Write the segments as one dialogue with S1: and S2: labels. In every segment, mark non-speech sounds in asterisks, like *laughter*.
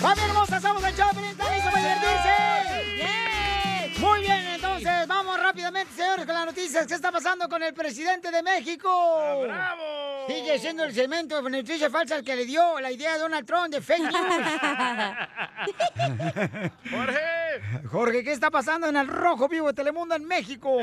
S1: ¡Familia hermosa! ¡Somos el show! feliz, ¿Están listos para divertirse? Muy bien, entonces vamos rápidamente, señores, con las noticias. ¿Qué está pasando con el presidente de México?
S2: Ah,
S1: ¡Bravo! Sigue siendo el cemento de noticias falsas que le dio la idea a Donald Trump de fake
S2: *laughs*
S1: news. ¡Jorge! Jorge, ¿qué está pasando en el Rojo Vivo de Telemundo en
S2: *laughs*
S1: México?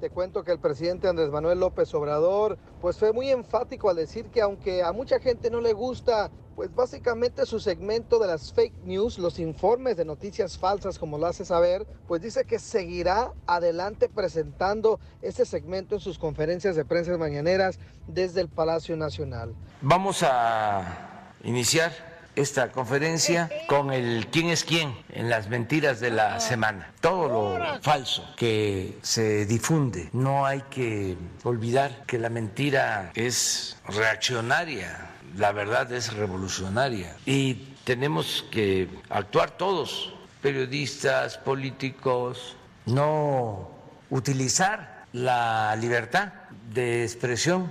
S3: Te cuento que el presidente Andrés Manuel López Obrador pues fue muy enfático al decir que aunque a mucha gente no le gusta, pues básicamente su segmento de las fake news, los informes de noticias falsas como lo hace saber, pues dice que seguirá adelante presentando este segmento en sus conferencias de prensa mañaneras desde el Palacio Nacional.
S4: Vamos a iniciar esta conferencia con el quién es quién en las mentiras de la semana. Todo lo falso que se difunde. No hay que olvidar que la mentira es reaccionaria, la verdad es revolucionaria y tenemos que actuar todos, periodistas, políticos, no utilizar la libertad de expresión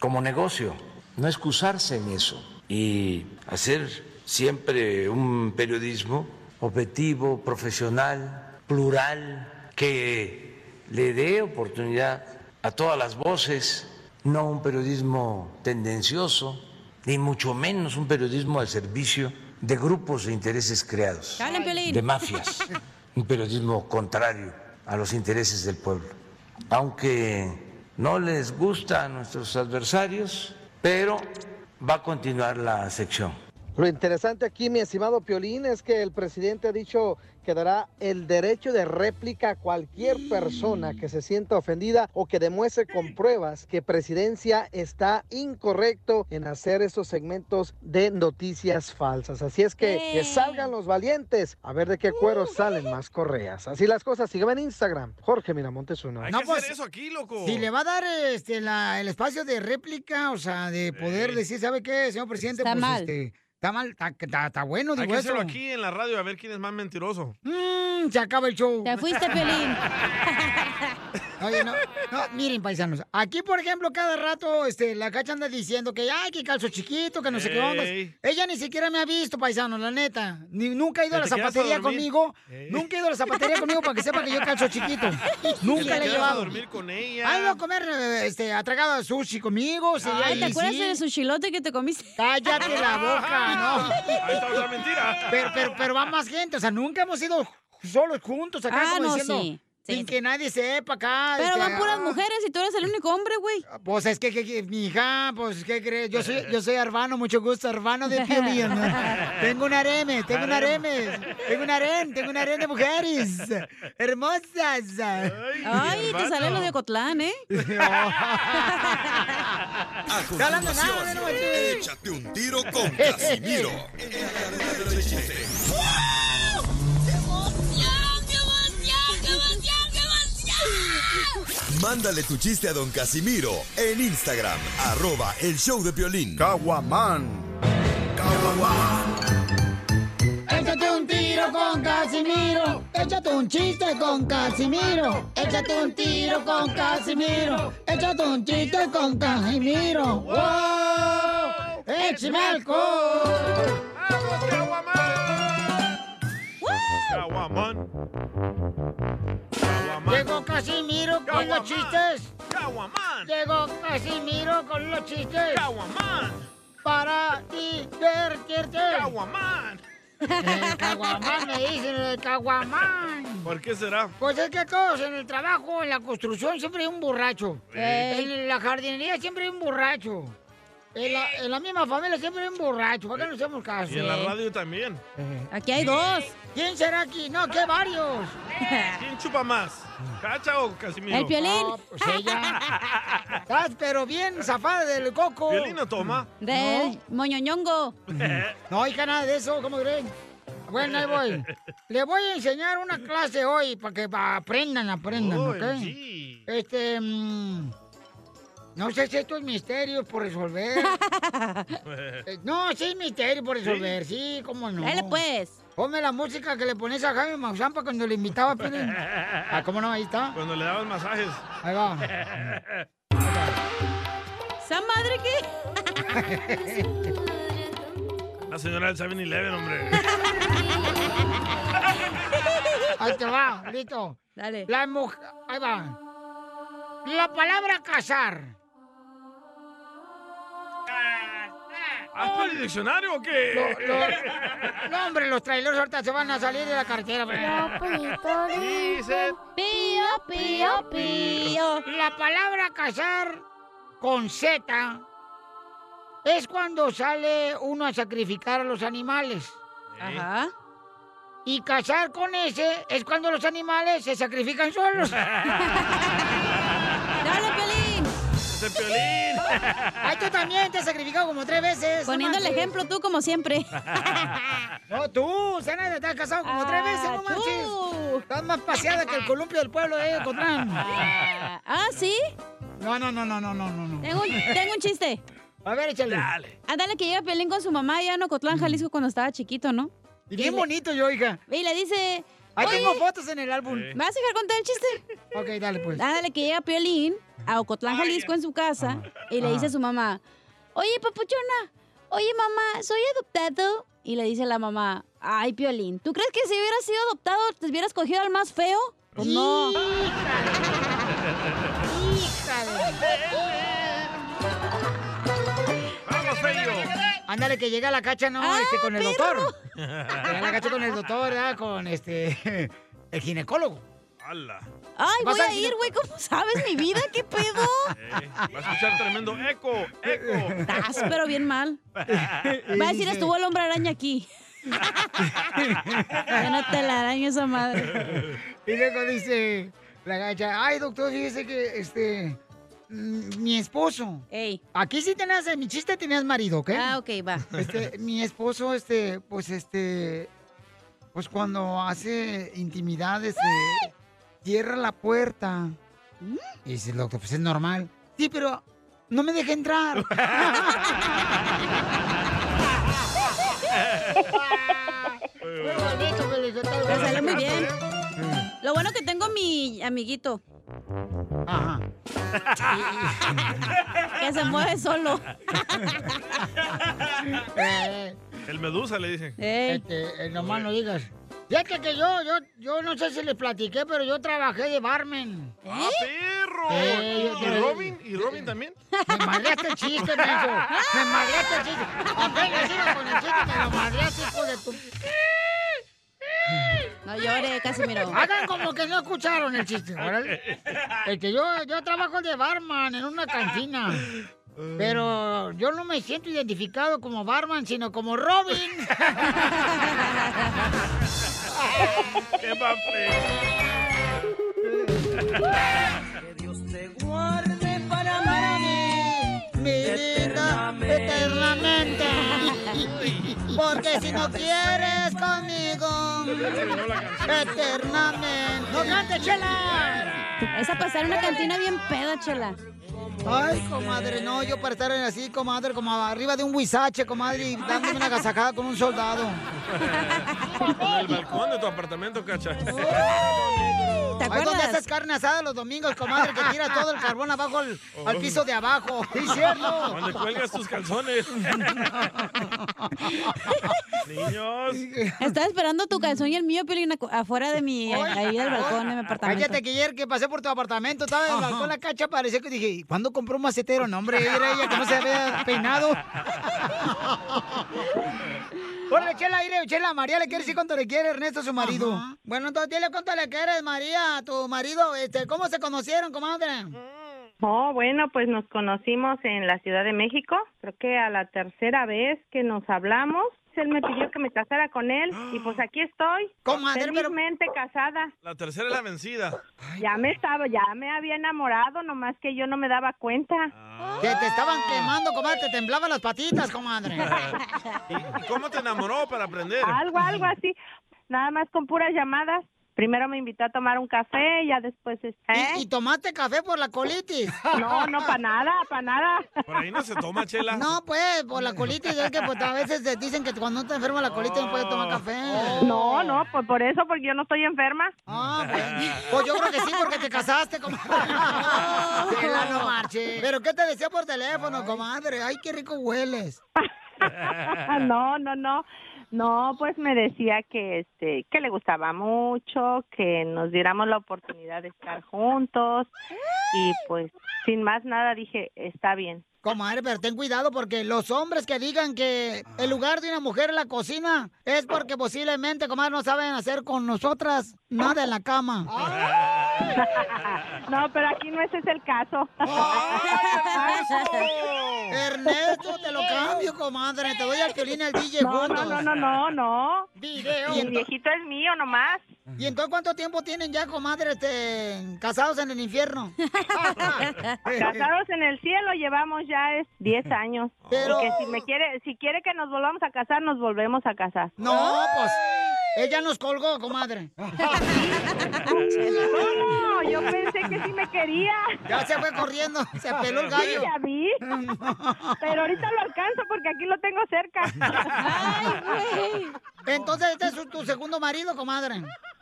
S4: como negocio, no excusarse en eso y hacer siempre un periodismo objetivo, profesional, plural, que le dé oportunidad a todas las voces, no un periodismo tendencioso, ni mucho menos un periodismo al servicio de grupos de intereses creados,
S5: Hablen, Piolín.
S4: de mafias
S6: *laughs*
S4: un periodismo contrario a los intereses del pueblo. Aunque no les gusta a nuestros adversarios, pero va a continuar la sección.
S3: Lo interesante aquí, mi estimado Piolín, es que el presidente ha dicho que dará el derecho de réplica a cualquier persona que se sienta ofendida o que demuestre con pruebas que Presidencia está incorrecto en hacer estos segmentos de noticias falsas. Así es que que salgan los valientes a ver de qué cuero salen más correas. Así las cosas. Sígueme en Instagram, Jorge Miramontes uno.
S1: No, pues, Si le va a dar este, la- el espacio de réplica, o sea, de poder decir, ¿sabe qué, señor presidente?
S2: Está
S1: Pues,
S2: mal.
S1: este, está mal, está, está- está bueno,
S2: Hay
S1: digo
S2: que
S1: eso.
S2: hacerlo aquí en la radio a ver quién es más mentiroso.
S1: Mm, se acaba el show. Te fuiste, Pelín. *laughs* Oye, no, no, miren, paisanos. Aquí, por ejemplo, cada rato este, la cacha anda diciendo que, ay, que calzo chiquito, que no sé qué onda.
S2: Ey.
S1: Ella ni siquiera me ha visto, paisanos, la neta. Ni, nunca ha ido a
S2: Te
S1: la
S2: quedas a
S1: zapatería
S2: dormir.
S1: conmigo.
S2: Ey.
S1: Nunca ha ido a la zapatería conmigo para que sepa que yo calzo
S2: *laughs*
S1: chiquito.
S2: Te
S1: Nunca la he
S2: quedas a
S1: llevado.
S2: dormir con ella.
S1: Ha ido a comer, eh, este, ha tragado sushi conmigo. sí,
S2: Ay, ¿te
S1: ahí
S2: acuerdas
S1: sí.
S2: del
S5: sushilote que te comiste?
S1: Cállate la boca,
S5: *laughs*
S1: no.
S2: Ahí está otra mentira.
S1: Pero, pero, pero va más gente, o sea, nunca hemos ido solos juntos acá,
S5: Ah,
S1: como
S5: no,
S1: diciendo,
S5: sí,
S1: sin que nadie sepa acá.
S5: Pero
S1: este,
S5: van puras
S1: ah,
S5: mujeres y tú eres el único hombre, güey.
S1: Pues es que, que- que, mi hija, pues, ¿qué crees? Yo soy, yo soy Arbano, mucho gusto, Arbano de Piolín.
S5: *laughs*
S1: tengo un hareme, tengo un
S7: Harem.
S1: hareme, tengo un harem, tengo un harem de mujeres hermosas. Ay,
S5: Ay, te sale lo de Cotlán, ¿eh?
S8: A
S5: Calando nada,
S8: continuación,
S5: no, no, sí.
S8: échate un tiro con Casimiro.
S9: Mándale tu chiste a don Casimiro en Instagram, arroba el show de violín. Caguaman.
S1: Échate un tiro con Casimiro. Échate un chiste con Casimiro. Échate un tiro con Casimiro. Échate un chiste con Casimiro. ¡Wow! ¡Échame alcohol!
S2: Caguamón.
S1: Llegó Casimiro con los chistes. Llegó Casimiro con los chistes. Para divertirte.
S2: Caguamán.
S1: El caguamán me dicen, el caguamán.
S2: ¿Por qué será?
S1: Pues es que todos en el trabajo, en la construcción, siempre hay un borracho.
S2: Ey.
S1: En la jardinería siempre hay un borracho. En la, en la misma familia siempre hay un borracho. ¿Para qué no hacemos caso?
S2: Y en la radio también.
S1: Aquí hay dos. ¿Quién será aquí? No, que *laughs* varios.
S2: ¿Quién chupa más? ¿Cacha o Casimiro?
S1: El Piolín. No, pues ella. Estás pero bien zafada del coco.
S2: Piolín no toma.
S1: Del moñoñongo.
S2: Eh.
S1: No hay nada de eso, ¿cómo creen? Bueno, ahí
S2: *laughs*
S1: voy. Le voy a enseñar una clase hoy para que pa- aprendan, aprendan, ¿ok? Este, mm, no sé si esto es misterio por *laughs* resolver. Eh, no, sí, misterio por resolver, sí, cómo no.
S10: Dale,
S1: pues. Ponme la música que le pones a Jaime Maussan para cuando le invitaba a Piolín. Ah, ¿cómo no? Ahí está.
S2: *laughs* Cuando le daban masajes.
S1: Ahí va.
S10: ¿Esa madre qué?
S2: *laughs* La señora del 7-Eleven, hombre.
S1: Ahí te va, listo. Dale. La mujer. Ahí va. La palabra casar.
S2: ¿Has para el diccionario o qué?
S1: No, hombre, los traileros ahorita se van a salir de la carretera.
S2: Dice.
S1: Pío, pío, pío. La palabra casar con Z es cuando sale uno a sacrificar a los animales. Ajá. Y casar con S es cuando los animales se sacrifican *laughs* solos. ¡Dale, Pelín!
S2: *laughs* Ese Piolín.
S1: Ay, tú también te has sacrificado como tres veces.
S10: Poniendo el ejemplo
S1: tú como siempre. No, tú, Zanaida, te has casado como tres veces, no manches. Estás más paseada que el columpio del pueblo de Cotrán. *laughs* ¿Ah, sí? No, no, no, no, no, no, no.
S10: Tengo un, tengo un chiste. Ah,
S1: A ver, échale.
S10: Dale. Ándale que llega Pelín con su mamá allá en Ocotlán, Jalisco, cuando estaba chiquito, ¿no?
S1: Y bien bonito yo, hija.
S10: Y le dice...
S1: Ahí
S10: "Oye,
S1: tengo fotos en el álbum.
S10: ¿Me vas a dejar contar el chiste?
S1: *laughs* Ok, dale pues.
S10: Ándale que llega Piolín a Ocotlán, Jalisco, en su casa, y le
S1: Ajá.
S10: dice a su mamá, oye, papuchona, oye, mamá, ¿soy adoptado? Y le dice la mamá, ay, Piolín, ¿tú crees que si hubieras sido adoptado te hubieras cogido al más feo? Pues no.
S2: ¡Vamos, feo!
S1: Ándale, que llega la cacha, no, este, con
S10: *laughs*
S1: el doctor. Llega la cacha con el doctor, ¿verdad? Con este, *laughs* el ginecólogo.
S2: ¡Hala!
S10: Ay,
S1: Vas
S10: voy a
S1: al
S10: ir, *laughs* güey, ¿cómo sabes mi vida? ¿Qué pedo?
S2: Va a escuchar tremendo eco, eco.
S10: Estás, pero bien
S1: *laughs*
S10: mal. Va a decir, estuvo el hombre araña aquí. Ya no te la araña esa madre.
S1: *laughs* Y luego dice la gacha, ay doctor, fíjese que este mm, mi esposo. Aquí sí tenías, en mi chiste tenías marido, ¿ok? Ah,
S10: ok, va.
S1: Este, mi esposo, este, pues este, pues cuando hace intimidades, eh, cierra la puerta. Y dice el doctor, pues es normal. Sí, pero no me
S10: *laughs*
S1: deja entrar.
S10: Me salió muy bien. Lo bueno que tengo mi amiguito.
S1: Ajá.
S10: que se mueve solo.
S2: El medusa le dicen.
S1: Este, eh, nomás no digas. Fíjate que yo, yo, yo no sé si les platiqué, pero yo trabajé de barman.
S2: ¡Ah, perro!
S1: Eh, yo
S2: ¿Y
S1: te-
S2: Robin? ¿Y Robin también?
S1: Me madreaste el
S2: *laughs*
S1: chiste, menso. Me madreaste el chiste. Apenas iba con el chiste, y me lo madreaste, hijo de tu...
S10: No llore, Casimiro.
S1: Hagan como que no escucharon el chiste, órale. Este, yo, yo trabajo de barman en una cantina. Pero yo no me siento identificado como barman, sino como
S2: *laughs*
S1: Robin.
S2: ¡Qué papel!
S1: guarde para mí, mi vida eternamente. *laughs* Porque si no quieres conmigo, eternamente. ¡No cante, chela!
S10: Esa pasar una cantina bien peda, chela.
S1: Ay, comadre, no, yo para estar así, comadre, como arriba de un huizache, comadre, y dándome una gasajada con un soldado.
S2: En el balcón de tu apartamento, cacha.
S10: ¿te
S1: Ahí
S10: acuerdas?
S1: donde haces carne asada los domingos, comadre, que tiras todo el carbón abajo al, al piso de
S2: *laughs*
S1: abajo. Sí,
S2: Cuando cuelgas tus calzones. *laughs* Niños.
S10: Estaba esperando tu calzón y el mío, Piolín, acu- afuera de mi, ahí del balcón de mi apartamento.
S1: Cállate que ayer que pasé por tu apartamento, estaba en el balcón la cacha, parecía que dije, "¿Y ¿cuándo compró un macetero? No, hombre, era ella que no se había *laughs* peinado. Órale, chela, aire, chela, María le quiere decir cuánto le quiere Ernesto, su marido. Bueno, entonces dile cuánto le quieres, María, a tu marido, este, ¿cómo se conocieron, comadre?
S6: Oh, bueno, pues nos conocimos en la Ciudad de México. Creo que a la tercera vez que nos hablamos, él me pidió que me casara con él
S1: *gasps*
S6: y pues aquí estoy, felizmente casada.
S2: La tercera es la
S6: *laughs*
S2: vencida.
S6: Ya me estaba, ya me había enamorado, nomás que yo no me daba cuenta.
S1: Que te estaban quemando, comadre, te temblaban las patitas,
S6: *laughs*
S1: comadre.
S2: ¿Y cómo te enamoró para aprender?
S6: Algo, algo así. Nada más con puras llamadas. Primero me invitó a tomar un café, ya después... ¿eh?
S1: ¿Y, tomaste café por la colitis?
S6: *laughs* No, no, para nada, para nada.
S2: Por ahí no se toma, Chela.
S1: No, pues, por la colitis, es que pues, a veces te dicen que cuando te enferma la colitis no puedes tomar café.
S6: No, no, pues por eso, porque yo no estoy enferma.
S1: Pues yo creo *laughs* que sí, porque te casaste, *laughs* comadre. Chela, no marches. Pero ¿qué te decía por teléfono, comadre? Ay, qué rico hueles.
S6: *laughs* no, no, no. No, pues me decía que este que le gustaba mucho, que nos diéramos la oportunidad de estar juntos y pues sin más nada dije, está bien.
S1: Comadre, pero ten cuidado porque los hombres que digan que el lugar de una mujer es la cocina es porque posiblemente, comadre, no saben hacer con nosotras nada en la cama.
S6: *laughs* No, pero aquí no ese es el caso. *laughs*
S1: Ernesto, te lo cambio, comadre. Te doy al violín al DJ
S6: No, no,
S1: juntos.
S6: no, no, no, no.
S1: Video.
S6: Y el viejito es mío nomás.
S1: ¿Y entonces cuánto tiempo tienen ya, comadre, este, casados en el infierno?
S6: Casados en el cielo llevamos ya es 10 años.
S1: Pero-
S6: Y que si me quiere si quiere que nos volvamos a casar, nos volvemos a casar.
S1: No, pues, ella nos colgó,
S6: *laughs*
S1: comadre.
S6: No, yo pensé que sí me quería.
S1: Ya se fue corriendo, se peló el gallo.
S6: Sí, ya
S1: *laughs*
S6: vi. Pero ahorita lo alcanzo porque aquí lo tengo cerca.
S1: Entonces, este es su- tu segundo marido, comadre.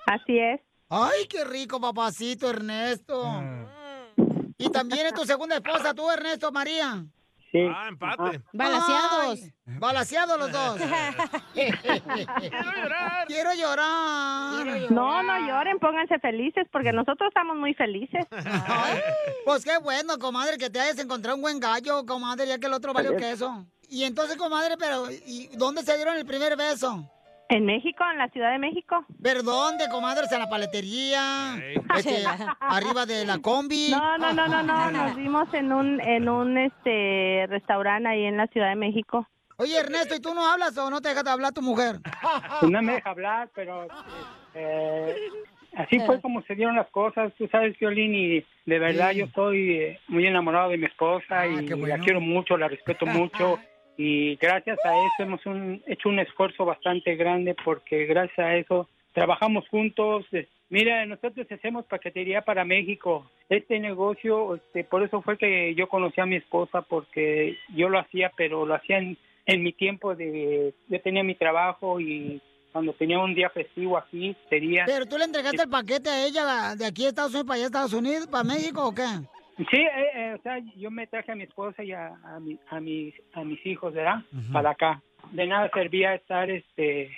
S6: Así es.
S1: Ay, qué rico, papacito, Ernesto. Y también es tu segunda esposa, tú, Ernesto, María.
S11: Sí.
S2: Ah, empate.
S1: Balaseados. Balaseados los dos. *laughs*
S2: Quiero llorar.
S1: Quiero llorar.
S6: No, no lloren, pónganse felices porque nosotros estamos muy
S1: *laughs*
S6: felices.
S1: Pues qué bueno, comadre, que te hayas encontrado un buen gallo, comadre, ya que el otro valió queso. Y entonces, comadre, pero ¿y dónde se dieron el primer beso?
S6: En México, en la Ciudad de México.
S1: ¿Pero dónde, comadre? ¿En la paletería? Este, ¿Arriba de la combi?
S6: No, no, no, no, no, nos vimos en un en un este restaurante ahí en la Ciudad de México.
S1: Oye, Ernesto, ¿y tú no hablas o no te dejas de hablar tu mujer?
S6: Pues
S11: No me deja hablar, pero eh, así fue como se dieron las cosas. Tú sabes, Violín, y de verdad
S1: Sí. Ah,
S11: yo estoy eh, muy enamorado de mi esposa y
S1: qué
S11: la
S1: bueno.
S11: quiero mucho, la
S1: *laughs*
S11: respeto mucho. Y gracias a eso hemos un- hecho un esfuerzo bastante grande porque gracias a eso trabajamos juntos. Eh, Mira, nosotros hacemos paquetería para México. Este negocio, este, por eso fue que yo conocí a mi esposa porque yo lo hacía, pero lo hacía en, en mi tiempo de... Yo tenía mi trabajo y cuando tenía un día festivo aquí sería...
S1: ¿Pero tú le entregaste el paquete a ella de aquí a Estados Unidos para allá a Estados Unidos, para México o qué?
S11: Sí, eh, eh, o sea, yo me traje a mi esposa y a, a, mi- a mis, a mis hijos, ¿verdad? Para acá. De nada servía estar, este,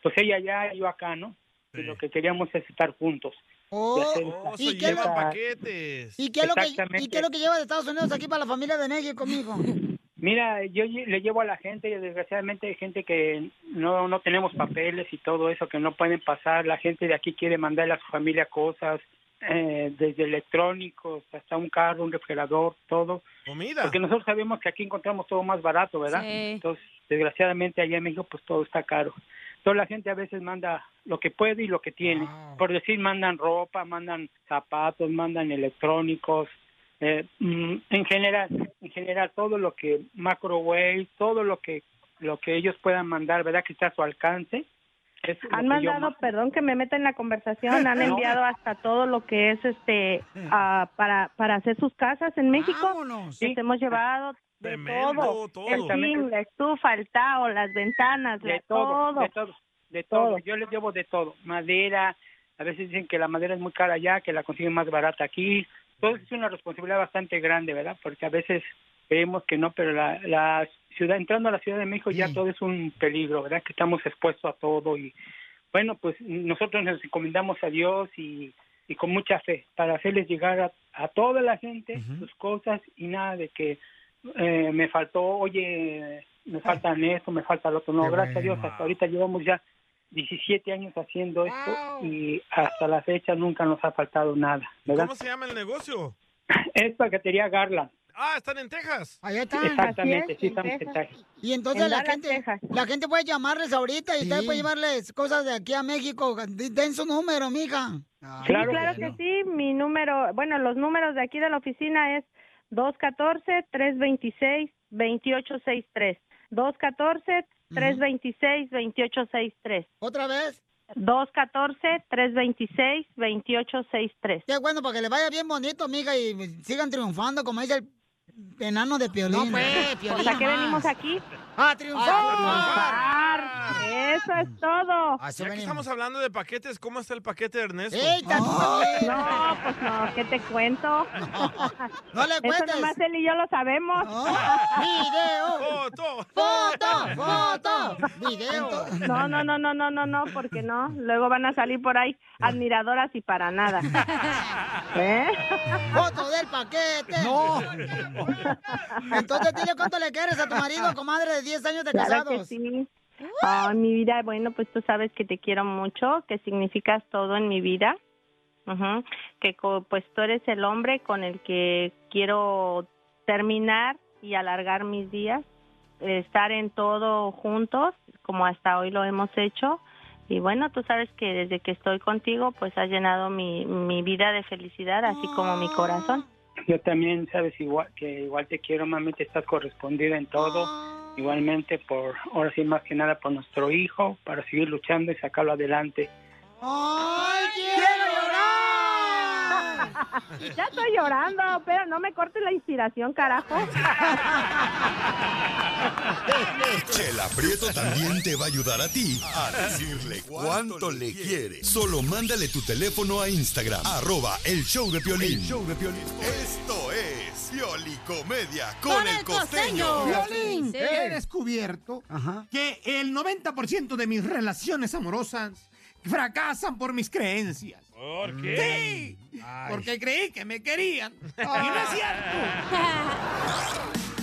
S11: pues ella allá y yo acá, ¿no? Y lo que queríamos es estar juntos.
S1: Oh,
S11: esta-
S1: ¿y, qué es lo-
S11: esta-
S2: paquetes.
S1: y qué es lo que,
S11: Exactamente.
S1: ¿Y qué es lo que lleva de Estados Unidos aquí para la familia de México, mijo?
S11: Mira, yo lle- le llevo a la gente, y desgraciadamente hay gente que no, no tenemos papeles y todo eso, que no pueden pasar. La gente de aquí quiere mandarle a su familia cosas, eh, desde electrónicos hasta un carro, un refrigerador, todo.
S2: Comida.
S11: Porque nosotros sabemos que aquí encontramos todo más barato, ¿verdad?
S2: Sí.
S11: Entonces, desgraciadamente allá en México pues todo está caro. Entonces la gente a veces manda lo que puede y lo que tiene. Por decir, mandan ropa, mandan zapatos, mandan electrónicos, eh, mm, en general, en general todo lo que microwave, todo lo que lo que ellos puedan mandar, ¿verdad? Que está a su alcance. Es lo
S6: Han
S11: que yo
S6: mandado,
S11: más-
S6: perdón que me meta en la conversación, han
S11: No.
S6: enviado hasta todo lo que es este ah, para para hacer sus casas en México. Les hemos llevado de
S11: Tremendo,
S6: todo,
S11: todo.
S6: el zinc, la estufa, el tao, las ventanas,
S11: de
S6: la
S11: todo,
S6: pues, todo.
S11: de todo, de todo. Yo les llevo de todo, madera, A veces dicen que la madera es muy cara allá, que la consiguen más barata aquí. Todo eso es una responsabilidad bastante grande, ¿verdad? Porque a veces creemos que no, pero la, la ciudad, entrando a la Ciudad de México ya todo es un peligro, ¿verdad? Que estamos expuestos a todo y bueno, pues nosotros nos encomendamos a Dios y, y con mucha fe para hacerles llegar a, a toda la gente sus cosas y nada de que eh, me faltó, oye, me faltan esto, me falta lo otro. No,
S12: Qué
S11: gracias a Dios,
S12: bueno.
S11: hasta ahorita llevamos ya 17 años haciendo esto y hasta la fecha nunca nos ha faltado nada, ¿verdad?
S2: ¿Cómo se llama el negocio?
S11: *laughs* Es paquetería Garland.
S2: Ah, están en Texas.
S1: Ahí
S2: están.
S11: Exactamente, sí, estamos en Texas.
S6: *laughs*
S1: Y entonces
S2: En
S1: la
S2: Dallas,
S1: gente, la gente puede llamarles ahorita y ustedes pueden llevarles cosas de aquí a México. D- Den su número, mija.
S6: Sí, claro, que sí. Mi número, bueno, los números de aquí de la oficina es 214-326-2863. 214-326-2863.
S1: ¿Otra vez?
S6: 214-326-2863.
S1: Qué bueno, para que le vaya bien bonito, mija, y sigan triunfando, como dice el enano de Piolín.
S6: No,
S1: *laughs*
S6: pues, Piolín ¿Pues a qué nomás. venimos aquí?
S1: ¡A triunfar! Ah.
S6: Eso es todo.
S2: Ah. Ya que estamos hablando de paquetes, ¿cómo está el paquete de Ernesto? Ah.
S6: No, pues no, ¿qué te cuento?
S1: *laughs* No le cuentes.
S6: Eso nomás él y yo lo sabemos.
S1: ¡Video!
S2: ¡Foto!
S1: ¡Foto! ¡Foto! ¡Video!
S6: No, no, no, no, no, no, no, porque no. Luego van a salir por ahí admiradoras y para
S1: *laughs*
S6: nada. ¿Eh?
S1: *laughs* ¡Foto del paquete! ¡No! Entonces dile cuánto le quieres a tu marido, comadre de 10 años de
S6: Claro que
S1: casados.
S6: sí. Ay, mi vida, bueno, pues tú sabes que te quiero mucho, que significas todo en mi vida. Ujú. Que co- pues tú eres el hombre con el que quiero terminar y alargar mis días, eh, estar en todo juntos, como hasta hoy lo hemos hecho. Y bueno, tú sabes que desde que estoy contigo, pues has llenado mi, mi vida de felicidad, así como mi corazón.
S11: Yo también, sabes, igual que igual te quiero, mami, te estás correspondida en todo. Igualmente, por ahora sí, más que nada por nuestro hijo, para seguir luchando y sacarlo adelante.
S1: ¡Ay, quiero llorar!
S6: *laughs* Ya estoy llorando, pero no me cortes la inspiración, carajo.
S9: Chela Prieto también te va a ayudar a ti a decirle cuánto le quiere. Solo mándale tu teléfono a Instagram, arroba el show de Piolín.
S13: El
S9: Esto es Piolicomedia con, el costeño.
S13: Violín, he descubierto que el 90% de mis relaciones amorosas fracasan por mis creencias.
S2: ¿Por
S13: qué? Sí, porque creí que me
S1: *laughs*
S13: querían. Y no es cierto.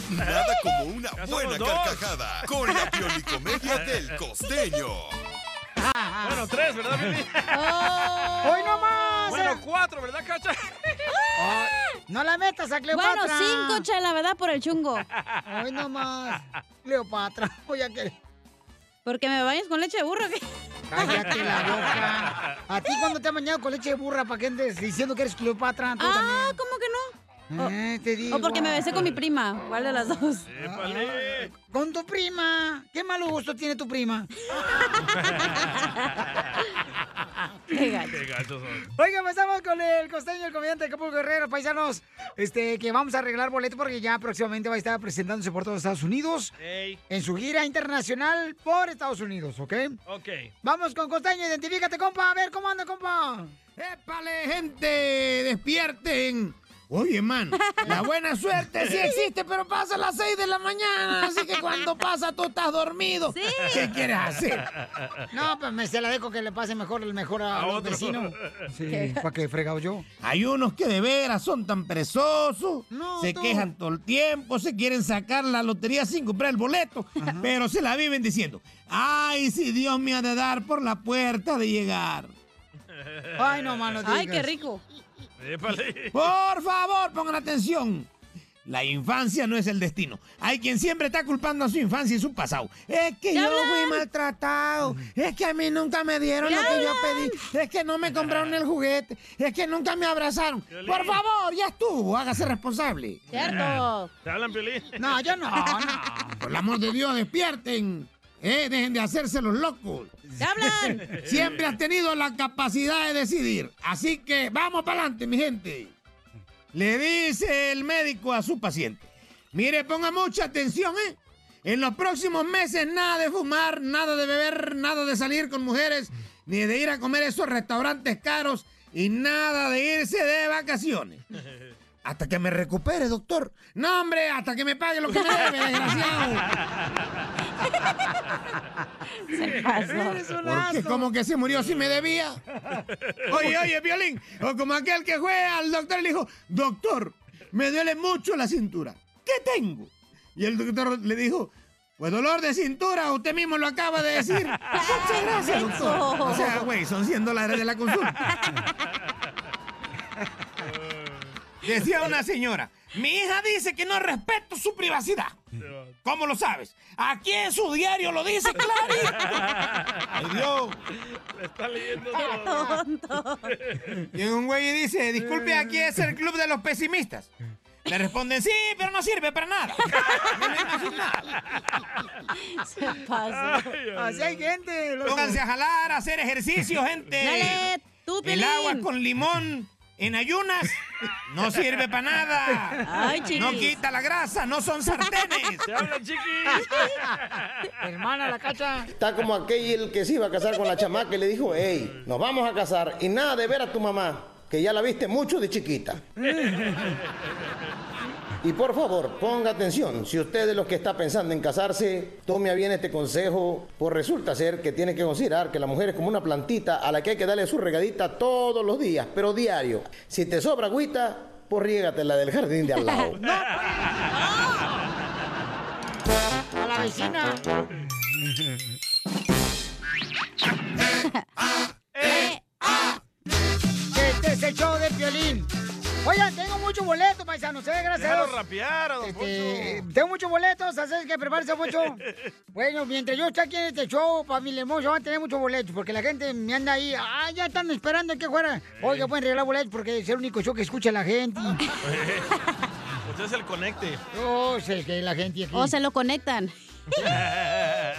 S9: Nada como una
S13: Ya somos
S9: buena
S13: dos.
S9: carcajada con la Piolicomedia del costeño.
S2: Bueno, tres, ¿verdad, Piolín?
S1: ¡Hoy no más!
S2: Bueno, cuatro, ¿verdad, Cacha?
S1: No la metas a
S10: Bueno,
S1: Cleopatra.
S10: cinco, chela, ¿verdad? Por el chungo.
S1: Hoy no más. Cleopatra, *laughs* voy a querer.
S10: Porque me bañes con leche de burro. ¿qué?
S1: Cállate la boca. ¿A ti cuando te has bañado con leche de burra para que andes diciendo que eres Cleopatra? Tú
S10: Ah, ¿cómo que Oh,
S1: no? te digo.
S10: O porque me besé con mi prima. ¿Cuál de las dos?
S1: Con tu prima. ¿Qué mal gusto tiene tu prima?
S2: Qué gachos son.
S1: Oiga, empezamos con el costeño, el comediante de Acapulco Guerrero, paisanos. Este, que vamos a arreglar boleto porque ya próximamente va a estar presentándose por todos Estados Unidos.
S2: Ey.
S1: En su gira internacional por Estados Unidos, ¿ok?
S2: *laughs* Ok. *laughs*
S1: Vamos con costeño, identifícate, compa. A ver cómo anda, compa.
S13: ¡Épale, gente! ¡Despierten! Oye, man,
S1: *laughs*
S13: la buena suerte sí existe, pero pasa a las 6 de la mañana, así que cuando pasa tú estás dormido. ¿Qué quieres hacer?
S1: No, pues me se la dejo que le pase mejor el mejor a, los
S13: otro.
S1: vecinos. Sí,
S13: Qué-
S1: para que he fregado yo.
S13: Hay unos que de veras son tan perezosos,
S1: No,
S13: se
S1: tú.
S13: quejan todo el tiempo, se quieren sacar la lotería sin comprar el boleto, pero se la viven diciendo, ay, si Dios me ha de dar por la puerta de llegar.
S1: Ay, no, mano.
S13: Ay, qué
S10: rico.
S2: Épale.
S13: Por favor, pongan atención. La infancia no es el destino. Hay quien siempre está culpando a su infancia y su pasado. Es que
S12: ¡Ya
S13: yo
S12: hablan!
S13: fui maltratado. Es que a mí nunca me dieron
S12: ¡Ya
S13: lo que yo
S12: hablan!
S13: pedí. Es que no me compraron el juguete. Es que nunca me abrazaron.
S2: Violín.
S13: Por favor, ya estuvo. Hágase responsable.
S2: ¿Te hablan, Piolín?
S13: No, yo no, no. Por el amor de Dios, despierten. Eh, dejen de hacerse los locos.
S10: hablan!
S13: Siempre has tenido la capacidad de decidir. Así que vamos para adelante, mi gente. Le dice el médico a su paciente. Mire, ponga mucha atención, ¿eh? En los próximos meses nada de fumar, nada de beber, nada de salir con mujeres ni de ir a comer esos restaurantes caros y nada de irse de vacaciones. Hasta que me recupere, doctor. No, hombre, hasta que me pague lo que me debe,
S7: *laughs*
S13: *laughs* desgraciado.
S1: Eres un
S13: Porque
S1: asno.
S13: como que se murió si me debía. *laughs* Oye, oye, Violín. O como aquel que fue al doctor y le dijo, doctor, me duele mucho la cintura. ¿Qué tengo? Y el doctor le dijo, pues dolor de cintura, usted mismo lo acaba de decir. *laughs* Muchas gracias, doctor. O sea, güey, son 100 dólares de la consulta. *laughs* Decía una señora, mi hija dice que no respeto su privacidad. ¿Cómo lo sabes? Aquí en su diario lo dice clarito. Ay, Dios.
S2: Le está leyendo todo.
S10: tonto!
S13: Y un güey dice, disculpe, aquí es el club de los pesimistas. Le responden, sí, pero no sirve para nada.
S10: Se pasa.
S1: Así hay gente. loco.
S13: Pónganse a jalar, a hacer ejercicio, gente.
S1: Dale, tú,
S13: el
S1: Piolín.
S13: agua con limón en ayunas no sirve para nada.
S1: Ay, chiquis.
S13: no quita la grasa, no son sartenes. ¡Se habla,
S1: Hermana, la cacha.
S12: Está como aquel que se iba a casar con la chamaca y le dijo, hey, nos vamos a casar y nada de ver a tu mamá, que ya la viste mucho de chiquita. Y por favor, ponga atención, si usted es lo que está pensando en casarse, tome a bien este consejo, pues resulta ser que tiene que considerar que la mujer es como una plantita a la que hay que darle su regadita todos los días, pero diario. Si te sobra agüita, pues riégatela del jardín de al lado.
S13: *laughs* Ah,
S1: A la vecina.
S2: Eh, ah.
S1: Este es el show de violín. Oigan, tengo muchos boletos, paisanos, ¿eh? Gracias a
S2: Déjalo
S1: Dios.
S2: rapear, a don
S1: Este,
S2: Poncho.
S1: tengo muchos boletos, así que prepárense mucho.
S2: *laughs*
S1: Bueno, mientras yo esté aquí en este show, familia hermosa, van a tener muchos boletos, porque la gente me anda ahí, ah, ya están esperando que fuera. Oiga, pueden regalar boletos porque es el único show que escucha la
S2: *laughs*
S1: gente.
S2: Usted es el
S1: *laughs*
S2: conecte.
S1: Oh, sé que la gente aquí.
S10: O se lo conectan.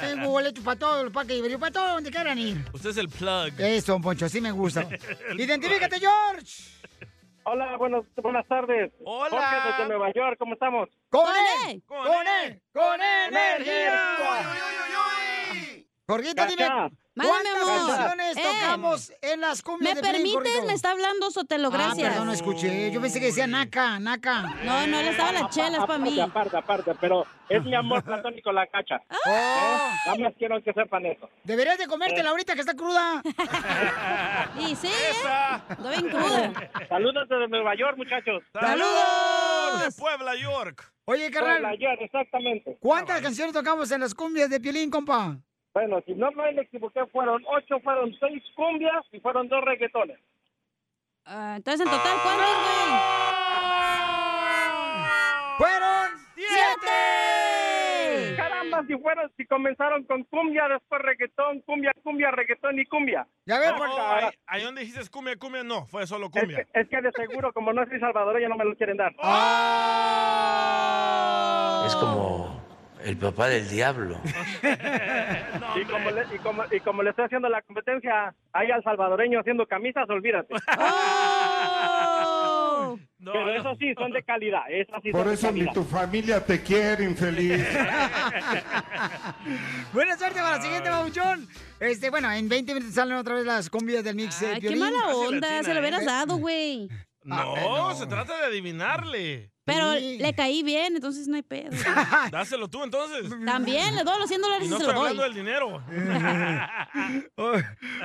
S1: Tengo boletos para todos los parques de Iberio, para todos donde quieran ir.
S2: Usted es el plug.
S1: Eso, don Poncho, así me
S2: *laughs*
S1: gusta. Identifícate, George.
S11: Hola, buenas, buenas tardes. Hola. Jorge desde Nueva York, ¿cómo estamos?
S1: ¡Con él! ¡Con él! ¡Con energía! Jorgito, dime,
S11: Cacha.
S10: Mándame,
S1: ¿cuántas
S10: amor.
S1: canciones
S10: Eh.
S1: tocamos en las
S10: ¿Me
S1: cumbias de Piolín,
S10: permites?
S1: Jorgito?
S10: Me está hablando Sotelo,
S1: Ah,
S10: gracias.
S1: perdón, no escuché. Yo pensé que decía naca, naca.
S10: No, no, le estaba la chela, es para mí.
S11: Aparte, aparte, pero es mi amor platónico la cacha. ¿Eh?
S1: Oh.
S11: Nada más quiero que sepan eso.
S1: Deberías de comértela ahorita que está cruda.
S10: *laughs* Y sí, ¿eh? Ando bien cruda.
S11: Saludos desde Nueva York, muchachos.
S2: De Puebla, York.
S1: Oye,
S11: Hola,
S1: carnal,
S11: ayer, exactamente.
S1: ¿cuántas canciones tocamos en las cumbias de Piolín, compa?
S11: Bueno, si no me equivoqué, fueron ocho, fueron seis cumbias y fueron dos reggaetones.
S10: Ah, entonces, en total, ¿cuántos, güey?
S1: ¡Fueron
S10: siete!
S11: Caramba, si fueron, si comenzaron con cumbia, después reggaetón, cumbia, cumbia, reggaetón y cumbia.
S1: Ya
S11: ves,
S2: No, ahí, ahí donde dijiste cumbia, cumbia, no. Fue solo
S11: Es
S2: cumbia. ¡Oh!
S11: que, es que de seguro, como no soy salvadoreño, no me lo quieren dar.
S1: Ah,
S14: Es como el papá del diablo.
S11: y, como le, y, como, y como le estoy haciendo la competencia ahí al salvadoreño haciendo camisas, olvídate.
S1: ¡Oh!
S11: Pero eso sí, son de calidad. Esas sí son
S15: Por
S11: de
S15: eso ni
S11: calidad.
S15: tu familia te quiere, infeliz.
S1: Buena suerte para la siguiente, babuchón. Este, bueno, en 20 minutos salen otra vez las cumbias del mix de
S10: Ay, qué
S1: Piolín.
S10: mala onda,
S2: ¿eh?
S10: se lo hubieras dado, güey.
S2: No, se trata de adivinarle.
S10: Pero le caí bien, entonces no hay
S1: *laughs*
S10: pedo.
S2: *laughs* Dáselo tú entonces.
S10: También le doy los 100 dólares
S2: Y
S10: y,
S2: no
S10: se
S2: estoy
S10: lo
S2: hablando
S10: doy.
S1: *laughs*
S2: del dinero.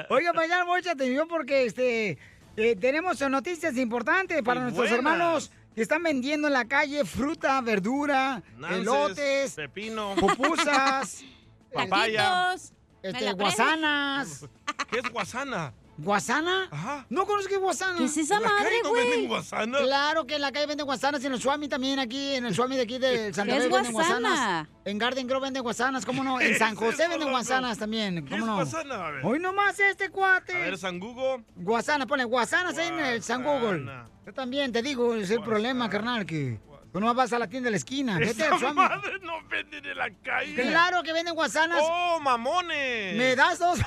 S1: Oiga, mañana mucha atención porque este eh, tenemos noticias importantes para
S2: Y
S1: nuestros
S2: buenas.
S1: hermanos que están vendiendo en la calle fruta, verdura,
S2: Nances,
S1: elotes,
S2: pepino,
S1: pupusas,
S2: *laughs* papaya.
S10: ¿Me la
S1: este,
S10: prestas?
S1: guasanas.
S2: ¿Qué es guasana?
S1: ¿Guasana? No conozco guasana.
S10: ¿Qué es esa
S2: ¿En la calle
S10: madre,
S2: no
S10: güey?
S2: venden guasana?
S1: Claro que en la calle venden guasanas, en el Suami también aquí, en el Suami de aquí de Santa
S10: ¿Qué es
S1: Fe venden
S10: guasana?
S1: guasanas. En Garden Grove venden guasanas, cómo
S2: *laughs*
S1: no,
S2: ¿Qué
S1: en
S2: es
S1: San José
S2: eso,
S1: venden
S2: loco?
S1: guasanas también,
S2: ¿Qué es
S1: cómo no.
S2: guasana? A ver.
S1: Hoy nomás este
S2: A ver,
S1: cuate.
S2: sangugo.
S1: Guasana, pone guasanas ahí en el San Google. Yo también te digo, es el problema, carnal, que tú nomás vas a la tienda de la esquina. Vete
S2: Esa
S1: al Suami.
S2: madre no venden en la calle.
S1: Claro
S2: *laughs*
S1: que venden guasanas.
S2: ¡Oh, mamones!
S1: ¿Me das
S2: *laughs*
S1: dos?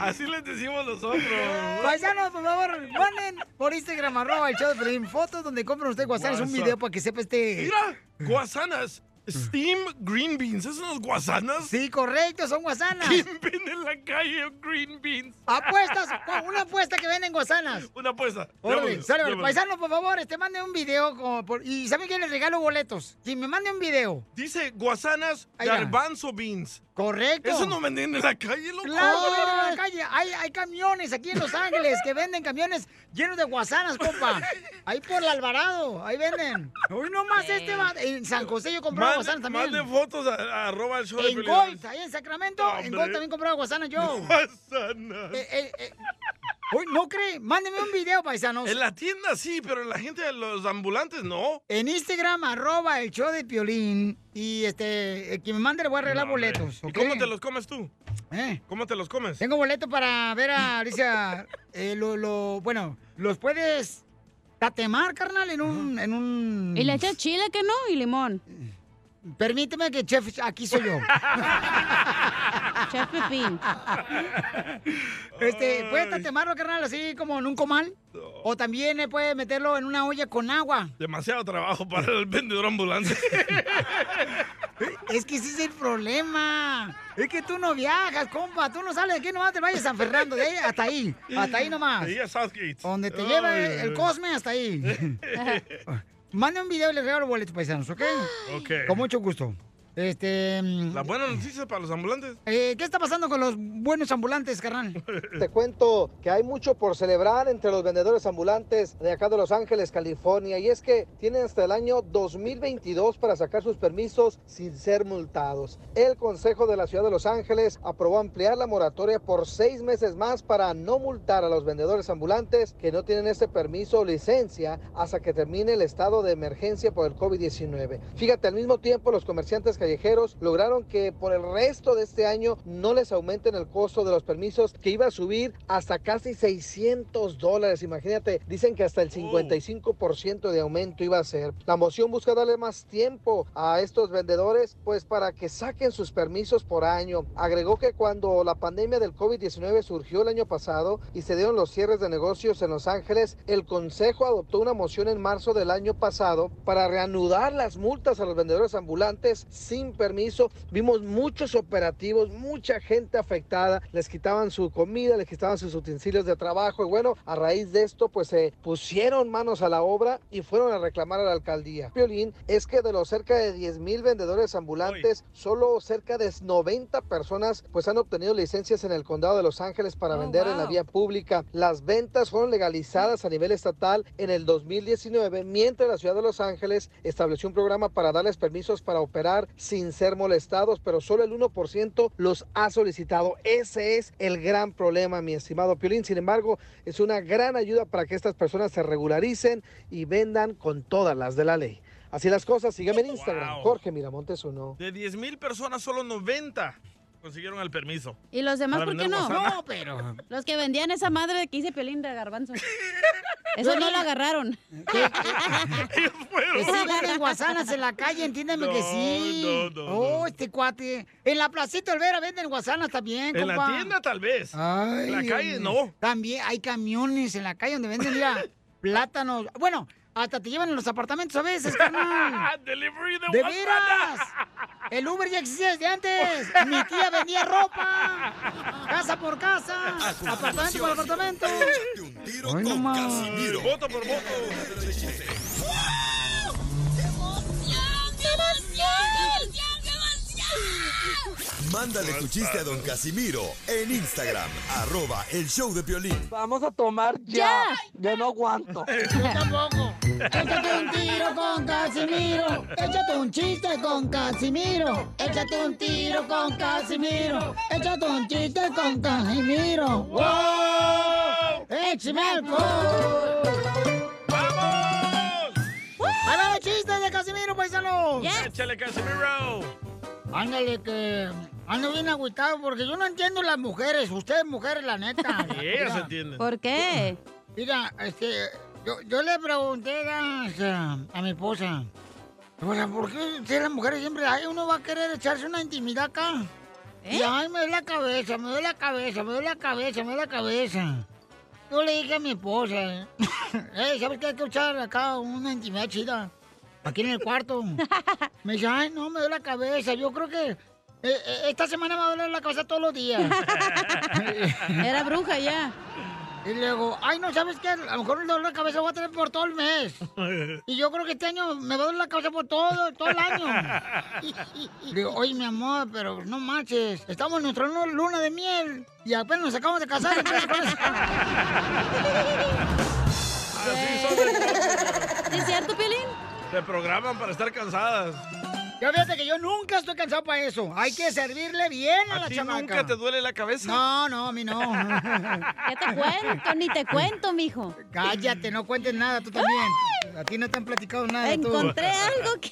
S2: Así les decimos nosotros.
S1: Paisanos, por favor, manden por Instagram arroba el show de Pelín, fotos donde compran ustedes guasanas, un
S2: Guasa-
S1: video para que sepa este...
S2: Mira, guasanas. Steam green beans, ¿es unas guasanas?
S1: Sí, correcto, son guasanas. Ah.
S2: ¿Quién vende en la calle green beans?
S1: *laughs* Apuestas, con una apuesta que venden guasanas.
S2: Una apuesta.
S1: Órale,
S2: Llámalo,
S1: sale,
S2: llámalo.
S1: paisano, por favor, este mande un video. como por- y ¿saben quién les regalo boletos? Quien me mande un video.
S2: Dice guasanas
S1: Ahí va.
S2: garbanzo beans.
S1: Correcto.
S2: Eso no venden en la calle, loco.
S1: Claro, que venden en la calle. Hay, hay camiones aquí en Los Ángeles que venden camiones llenos de guasanas, compa. Ahí por el Alvarado, ahí venden. Hoy nomás este va. En San José yo compraba
S2: Mande,
S1: guasanas también.
S2: mande fotos a, a arroba el show de
S1: En
S2: Piolín.
S1: Gold, ahí en Sacramento, en
S2: Hombre.
S1: Gold también compraba guasanas yo.
S2: Guasanas.
S1: Eh, eh, eh. Uy, no cree, mándeme un video, paisanos.
S2: En la tienda sí, pero en la gente de los ambulantes no.
S1: En Instagram, arroba el show de Piolín. Y este, eh, quien me mande le voy a arreglar
S2: No, hombre.
S1: boletos.
S2: ¿Y
S1: ¿ok?
S2: cómo te los comes tú?
S1: ¿Eh?
S2: ¿Cómo te los comes?
S1: Tengo boleto para ver a Alicia. eh, lo, lo- bueno, los puedes tatemar, carnal, en un... En un...
S10: Y le echas chile, que no, y limón.
S1: Permíteme que chef, aquí soy yo.
S10: *laughs* chef Pepín.
S1: Este, puedes tatemarlo, carnal, así como en un comal. O también eh, puedes meterlo en una olla con agua.
S2: Demasiado trabajo para el vendedor ambulante.
S1: Es que ese es el problema. Es que tú no viajas, compa. Tú no sales de aquí nomás, te vayas a San Fernando, de ahí hasta ahí. Hasta ahí nomás.
S2: De ahí
S10: *laughs*
S2: a Southgate.
S1: Donde te lleva
S2: Ay,
S1: el, el Cosme hasta
S2: *laughs*
S1: ahí. Mande un video y le regalo boletos paisanos, ¿ok?
S2: *gasps* Ok.
S1: Con mucho gusto. Este. mm,
S2: La buena noticia para los ambulantes.
S1: eh, ¿Qué está pasando con los buenos ambulantes,
S2: *laughs*
S1: carnal?
S3: Te cuento que hay mucho por celebrar entre los vendedores ambulantes de acá de Los Ángeles, California, y es que tienen hasta el año 2022 para sacar sus permisos sin ser multados. El Consejo de la Ciudad de Los Ángeles aprobó ampliar la moratoria por seis meses más para no multar a los vendedores ambulantes que no tienen este permiso o licencia hasta que termine el estado de emergencia por el COVID-19. Fíjate, al mismo tiempo los comerciantes callejeros lograron que por el resto de este año no les aumenten el costo de los permisos que iba a subir hasta casi 600 dólares. Imagínate, dicen que hasta el 55% de aumento iba a ser. La moción busca darle más tiempo a estos vendedores pues para que saquen sus permisos por año. Agregó que cuando la pandemia del COVID-19 surgió el año pasado y se dieron los cierres de negocios en Los Ángeles, el Consejo adoptó una moción en marzo del año pasado para reanudar las multas a los vendedores ambulantes sin permiso. Vimos muchos operativos, mucha gente afectada, les quitaban su comida, les quitaban sus utensilios de trabajo y bueno, a raíz de esto pues se pusieron manos a la obra y fueron a reclamar a la alcaldía. Violín es que de los cerca de 10 mil vendedores ambulantes, solo cerca de 90 personas pues han obtenido licencias en el condado de Los Ángeles para vender en la vía pública. Las ventas fueron legalizadas a nivel estatal en el 2019, mientras la ciudad de Los Ángeles estableció un programa para darles permisos para operar sin ser molestados, pero solo el 1% los ha solicitado. Ese es el gran problema, mi estimado Piolín. Sin embargo, es una gran ayuda para que estas personas se regularicen y vendan con todas las de la ley. Así las cosas, sígueme en Instagram,
S2: Wow.
S3: Jorge Miramontes uno.
S2: De 10 mil personas, solo 90 consiguieron el permiso.
S10: ¿Y los demás
S2: Para
S10: por qué
S2: vender
S10: no?
S2: guasana.
S1: pero.
S10: Los que vendían esa madre que hice pelín de
S1: *laughs*
S10: garbanzo. Eso no lo agarraron.
S1: Que sí venden guasanas en la calle, entiéndeme que
S2: No,
S1: sí.
S2: no, no,
S1: oh, este cuate. En la placita Olvera venden guasanas también,
S2: En la
S1: compa.
S2: tienda tal vez.
S1: Ay,
S2: en la calle
S1: Dios
S2: no.
S1: mío. También hay camiones en la calle donde venden mira, plátanos. Bueno, hasta te llevan en los apartamentos a veces,
S2: *laughs*
S1: carnal.
S2: *laughs* Delivery de,
S1: ¡De
S2: guasana.
S1: veras! El Uber ya existía desde antes. Mi tía vendía ropa.
S2: *laughs*
S1: Casa por casa. Apartamento por apartamento.
S9: Con Casimiro.
S2: Voto por voto.
S9: Mándale tu chiste a don Casimiro en Instagram, arroba el show de Piolín.
S16: Vamos a tomar ya. Ya no aguanto.
S1: Yo tampoco. Échate un tiro con Casimiro. Échate un chiste con Casimiro. Échate un tiro con Casimiro. Échate un chiste con Casimiro. ¡Wow! ¡Échame ¡Vamos! ¡Ahí va el chiste de Casimiro, paisano!
S10: *laughs*
S2: Échale, Casimiro.
S1: Ándale que ando bien agüitado porque yo no entiendo las mujeres, ustedes mujeres, la neta.
S2: Sí, ellas entienden. ¿Por
S1: qué? Mira, este, yo, yo le pregunté a, a mi esposa, esposa, ¿por qué ustedes las mujeres siempre, ay, uno va a querer echarse una intimidad acá? Y ay, me duele la cabeza, me duele la cabeza, me duele la cabeza, me duele la cabeza. Yo le dije a mi esposa, eh, "Ey, ¿sabes qué? Hay que echar acá una intimidad chida. Aquí en el
S10: *laughs*
S1: cuarto. Me dice, ay, no, me duele la cabeza. Yo creo que eh, eh, esta semana me va a doler la cabeza todos los días.
S10: *laughs* Era bruja ya.
S1: Y luego, ay, no, ¿sabes qué? A lo mejor el dolor de cabeza voy a tener por todo el mes. Y yo creo que este año me va a doler la cabeza por todo, todo el año. Digo, oye, mi amor, pero no manches. Estamos en nuestra nu- luna de miel y apenas nos acabamos de
S10: *laughs*
S1: casar. entonces, pues". ¿cuál es?
S10: ¿Es cierto, Piolín?
S2: Te programan para estar cansadas.
S1: Yo fíjate que yo nunca estoy cansado para eso. Hay que servirle bien a,
S2: ¿A
S1: la
S2: ti
S1: chamaca.
S2: nunca te duele la cabeza?
S1: No, no, a
S10: *laughs*
S1: mí no. ¿Qué
S10: te cuento? Ni te cuento, mijo.
S1: Cállate, no cuentes nada, tú también. A ti no te han platicado
S10: *laughs*
S1: nada.
S10: Encontré
S1: Ah,
S10: algo
S1: que...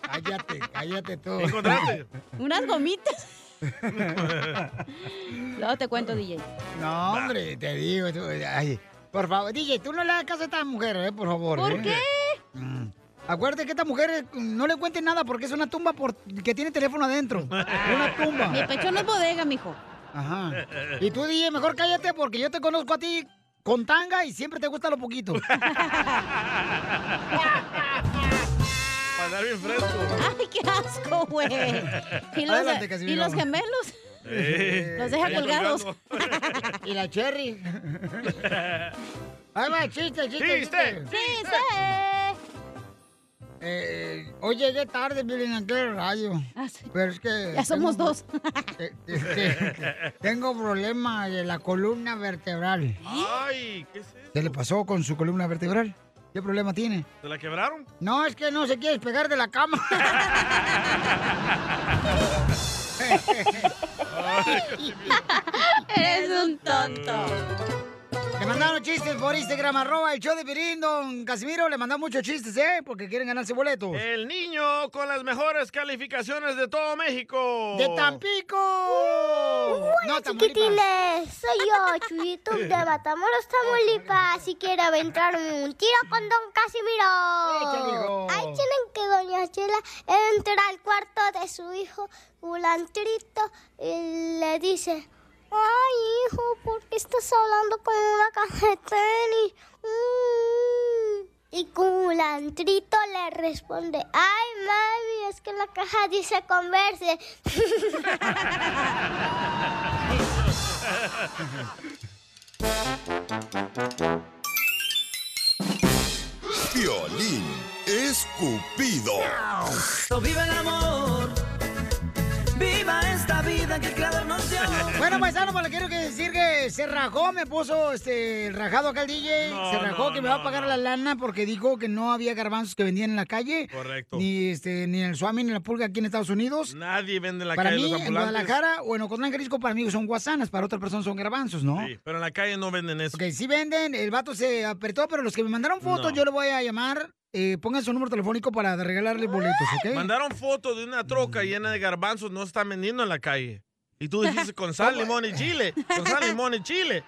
S1: Cállate, cállate tú. *laughs*
S10: ¿Encontraste? Unas gomitas. Luego te cuento, DJ.
S1: No, hombre, te digo. tú- ay, por favor, DJ, tú no le hagas caso a esta mujer, eh, por favor.
S10: ¿Por
S1: eh.
S10: qué?
S1: Mm. Acuérdate que esta mujer eh, no le cuente nada porque es una tumba por... que tiene teléfono adentro. Una tumba.
S10: Mi pecho no es bodega, mijo.
S1: Ajá. Y tú, DJ, mejor cállate porque yo te conozco a ti con tanga y siempre te gusta
S10: *laughs*
S1: lo poquito.
S2: Para andar bien fresco.
S10: ¡Ay, *laughs* qué asco, güey! Pues, Y los,
S1: Adelante, Casimiro.
S10: y los gemelos.
S2: Eh,
S10: los deja
S7: tá
S2: ahí
S10: colgados.
S1: y la Cherry. Ahí va, chiste, chiste.
S10: Chiste, ¡Chiste!
S1: Eh, hoy llegué tarde, miren, aquí el radio. Pero es que.
S10: Ah,
S1: eh,
S10: Ya somos
S1: *laughs*
S10: dos.
S1: este, tengo problema de la columna vertebral.
S2: Ay, ¿qué es eso?
S1: ¿Qué le pasó con su columna vertebral? ¿Qué problema tiene?
S2: ¿Te la quebraron?
S1: No, es que no se quiere despegar de la cama. *laughs*
S10: Eres un tonto.
S1: Le mandaron chistes por Instagram, arroba el show de Pirín, don Casimiro. Le mandan muchos chistes, ¿eh? Porque quieren ganarse boletos.
S2: El niño con las mejores calificaciones de todo México.
S1: ¡De Tampico!
S17: Hola chiquitines, soy yo, Chuyito
S1: *laughs*
S17: de Batamoros, Tamaulipas y quiero aventarme un tiro con Don
S1: Échale, hijo.
S17: Casimiro. Ahí tienen que Doña Chela entra al cuarto de su hijo Gulantrito y le dice, ay hijo, ¿por qué estás hablando con una cajetera? Mm. Y Culantrito le responde, ay mami, es que la caja dice converse. *laughs*
S9: Violín escupido.
S7: ¡Viva el amor! ¡Viva esta vida que el
S2: *laughs*
S7: creador nos dio!
S1: Bueno, paisano, pues le quiero que decir que se rajó, me puso este el rajado acá el DJ.
S2: No,
S1: se rajó
S2: no,
S1: que me va a pagar la lana porque dijo que no había garbanzos que vendían en la calle.
S2: Correcto.
S1: Ni este, ni en el Suami, ni en la pulga aquí en Estados Unidos.
S2: Nadie vende en la
S1: para
S2: calle
S1: mí,
S2: los
S1: en
S2: ambulantes.
S1: Guadalajara o en Ocotlán, Jalisco, para mí son guasanas, para otra persona son garbanzos, pues, ¿no?
S2: Sí, pero en la calle no venden eso.
S1: Ok, sí venden, el vato se apretó, pero los que me mandaron fotos,
S2: No.
S1: yo le voy a llamar. Eh, pongan su número telefónico para regalarle
S2: Ah,
S1: boletos, ¿ok?
S2: Mandaron foto de una troca llena de garbanzos, no están vendiendo en la calle. Y tú dijiste con sal, limón y chile. Con
S1: *laughs*
S2: sal, limón y chile.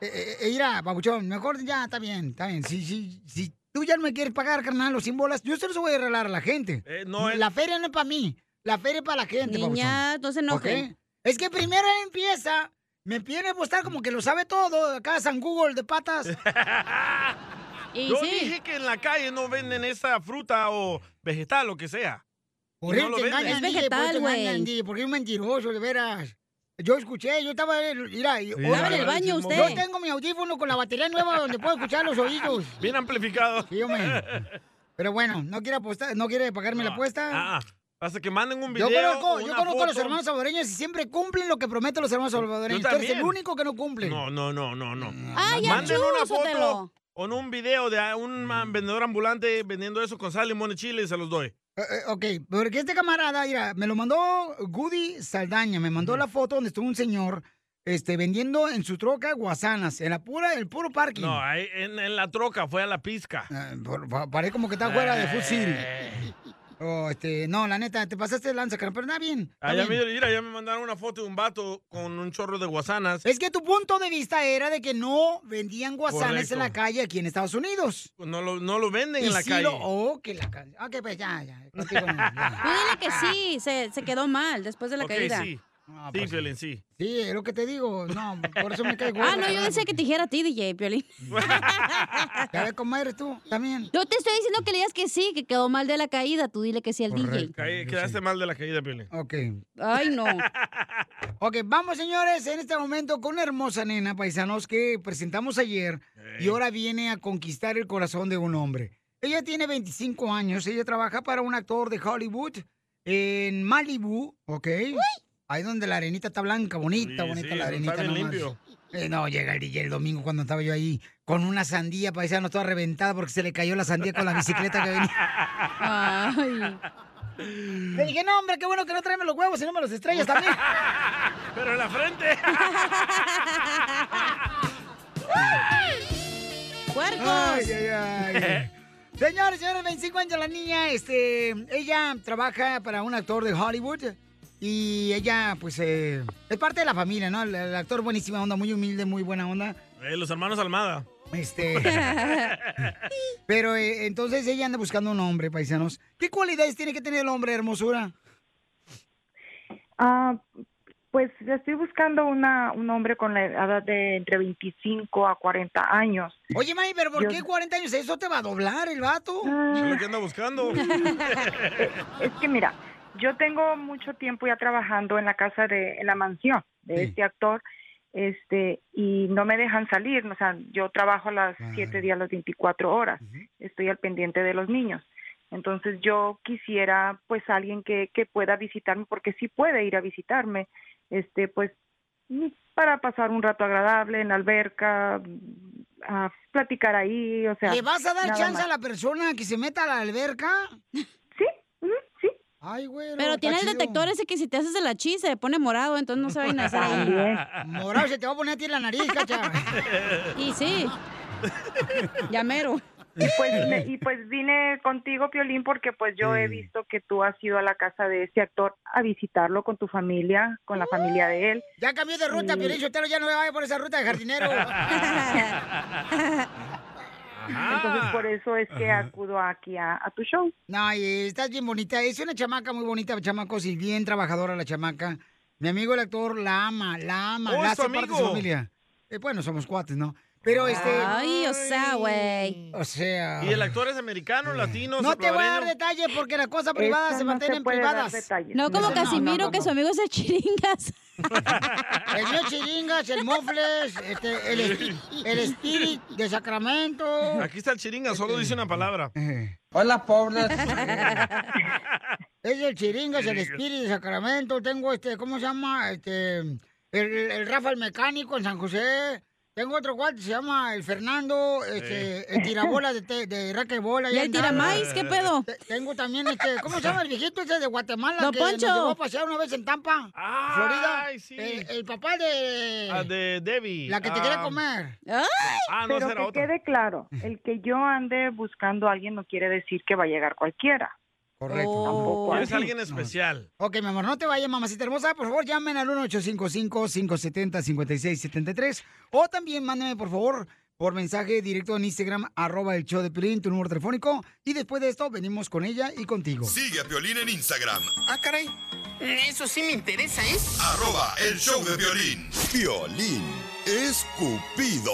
S1: Eh, eh, eh, mira, papuchón, mejor ya, está bien, está bien. Si, si, si tú ya no me quieres pagar, carnal, los sin bolas, yo se los voy a regalar a la gente.
S2: Eh, no, es-
S1: La feria no es para mí, la feria es para la gente,
S10: Niña,
S1: papuchón.
S10: no se enoje.
S1: ¿Ok? Es que primero él empieza, me viene a mostrar como que lo sabe todo, acá San Google de
S2: *laughs*
S1: patas.
S2: Yo dije que en la calle no venden esa fruta o vegetal, lo que sea.
S1: Por
S2: Y
S1: eso
S2: no lo
S1: te
S2: venden.
S1: engañan, DJ, por eso te engañan, DJ, porque es un mentiroso, de veras. Yo escuché, yo estaba, en- mira, yo-
S2: Estaba en el baño usted.
S1: Yo tengo mi audífono con la batería nueva donde puedo escuchar los oídos.
S2: Bien amplificado.
S1: Sí, hombre. Pero bueno, no quiere apostar, no quiere pagarme la apuesta.
S2: *laughs* Ah, hasta que manden un
S1: yo
S2: video.
S1: conozco, yo
S2: una
S1: conozco a los
S2: foto.
S1: hermanos salvadoreños y siempre cumplen lo que prometen los hermanos salvadoreños.
S2: Yo
S1: Tú eres el
S2: también.
S1: único que no cumple.
S2: No, no, no, no, no.
S1: Ah, ya,
S2: Manden una
S1: chúsotelo.
S2: foto con un video de un man- vendedor ambulante vendiendo eso con sal, limón y chile y se los doy.
S1: Eh, eh, ok, porque este camarada, mira, me lo mandó Goody Saldaña, me mandó la foto donde estuvo un señor este, vendiendo en su troca guasanas, en la pura, el puro parking.
S2: No, ahí en, en la troca, fue a la pizca.
S1: Ah, Pa- Parece como que está fuera de Food
S2: Eh.
S1: City. Oh, este, no, la neta, te pasaste de lanza, carnal, pero nada bien. está
S2: Allá,
S1: bien.
S2: mira, mira, ya me mandaron una foto de un vato con un chorro de guasanas.
S1: Es que tu punto de vista era de que no vendían guasanas
S2: Correcto.
S1: en la calle aquí en Estados Unidos.
S2: Pues No lo, no lo venden
S1: Y
S2: en la
S1: sí
S2: calle.
S1: lo- oh, que
S10: *laughs*
S1: la calle. Ok, pues ya, ya.
S10: Tú dile que sí, se, se quedó mal después de la
S2: Ok,
S10: caída.
S2: sí. sí, Piolín, sí.
S1: Ah, pues Sí, es lo que te digo. No, por eso me cae gordo.
S10: *laughs* Ah, no, yo decía que te dijera a ti, DJ
S1: *laughs*
S10: Piolín.
S1: Dale, comadre, tú también.
S10: Yo te estoy diciendo que le digas que sí, que quedó mal de la caída. Tú dile que sí al DJ.
S2: Caí- quedaste mal de la caída, Piolín.
S1: Ok.
S10: Ay, no.
S1: Ok, vamos, señores, en este momento con una hermosa nena, paisanos, que presentamos ayer y ahora viene a conquistar el corazón de un hombre. Ella tiene 25 años, ella trabaja para un actor de Hollywood en Malibu, ¿ok? Ahí donde la arenita está blanca, bonita,
S2: Sí,
S1: bonita
S2: sí,
S1: la arenita.
S2: está bien
S1: nomás.
S2: limpio.
S1: Eh, no, llega el DJ el domingo cuando estaba yo ahí con una sandía, paisano, toda reventada porque se le cayó la sandía con la bicicleta que
S10: *laughs* Ah,
S1: venía. Le dije, no, hombre, qué bueno que no tráeme los huevos, sino me los estrellas también.
S2: Pero en la
S1: *laughs*
S2: frente.
S1: ¡Puercos! Señores, señores, 25 años la niña, este, ella trabaja para un actor de Hollywood y ella, pues, eh, es parte de la familia, ¿no? El, el actor buenísima onda, muy humilde, muy buena onda.
S2: Eh, los hermanos Almada.
S1: Este. Pero eh, entonces ella anda buscando un hombre, paisanos. ¿Qué cualidades tiene que tener el hombre, hermosura?
S18: Ah, pues estoy buscando una, un hombre con la edad de entre 25 a 40 años.
S1: Oye, May, pero ¿por
S18: Yo- Ah.
S1: qué 40 años? ¿Eso te va a doblar el vato?
S2: Es lo que anda buscando.
S18: *laughs* Es que mira, yo tengo mucho tiempo ya trabajando en la casa de, en la mansión de este actor, este, y no me dejan salir, o sea, yo trabajo las siete días, las 24 horas, estoy al pendiente de los niños. Entonces yo quisiera, pues, alguien que, que pueda visitarme, porque sí puede ir a visitarme, este, pues, mm, para pasar un rato agradable en la alberca, mm, a platicar ahí, o sea.
S1: ¿Le vas a dar
S18: nada
S1: chance
S18: más.
S1: a la persona que se meta a la alberca? Sí,
S18: sí.
S1: Ay, güey.
S10: Pero tiene el detector ese que si te haces de la chi se pone morado, entonces no se
S1: *laughs*
S10: vayan a hacer ahí.
S2: También.
S1: Morado se te va a poner a ti en la nariz, cacha.
S10: Y sí.
S18: *laughs*
S10: Llamero.
S18: Y
S2: *laughs*
S18: pues, me- y pues vine contigo, Piolín, porque pues yo he visto que tú has ido a la casa de este actor a visitarlo con tu familia, con la familia de él.
S1: Ya cambió de ruta,
S18: Sí.
S1: Piolín Sotelo, ya no me vaya por esa ruta de
S18: *laughs*
S1: jardinero.
S18: Entonces por eso es que acudo aquí a, a tu show.
S1: No, y estás bien bonita. Es una chamaca muy bonita, chamacos, y bien trabajadora la chamaca. Mi amigo el actor la ama, la ama,
S10: Oh,
S1: la
S10: es tu
S1: hace parte de su
S10: amigo.
S1: familia. Eh, bueno, somos cuates, ¿no? Pero este...
S10: Ay, o sea, güey.
S1: O sea...
S2: ¿Y el actor es americano, latino,
S1: Eh. No te voy a dar
S2: salvadoreño?
S1: detalles porque las cosas privadas
S10: Eso
S1: se
S10: no
S1: mantienen
S10: se puede dar
S1: privadas.
S10: detalles. No como Casimiro, que su amigo es el chiringas.
S1: El mío es chiringas, el mofles, este, el, espi- el spirit de Sacramento.
S2: *laughs* Aquí está el chiringa,
S1: Eh.
S2: solo dice una palabra.
S1: Hola, pobres. Es el chiringas, el spirit de Sacramento. Tengo este, ¿cómo se llama? Este, el, el Rafa el mecánico en San José. Tengo otro cuate, se llama el Fernando, este,
S10: Sí.
S1: el tirabola de, te- de
S10: *laughs*
S1: raquebola.
S10: ¿Y el tiramais? ¿Qué pedo?
S1: Tengo también este, ¿cómo se llama el viejito ese de Guatemala?
S10: Don
S1: que nos
S10: Poncho.
S1: llevó a pasear una vez en Tampa, Florida.
S2: Ay, sí.
S1: El, el papá de...
S2: Ah, de Debbie.
S1: La que te
S2: Ah,
S1: quiere comer.
S2: Ah, no,
S18: Pero
S2: será
S18: que
S2: otra.
S18: quede
S2: *laughs*
S18: claro, el que yo ande buscando a alguien no quiere decir que va a llegar cualquiera. Oh.
S1: Correcto.
S2: Es alguien especial.
S1: Ok, mi amor, no te vayas, mamacita hermosa. Por favor, llamen al 1-855-570-5673. O también mándenme, por favor, por mensaje directo en Instagram, arroba el show de Piolín, tu número telefónico. Y después de esto, venimos con ella y contigo.
S9: Sigue a Piolín en Instagram.
S1: Ah, caray.
S13: Eso sí me interesa, ¿eh?
S9: Arroba el show de Piolín. Piolín escupido.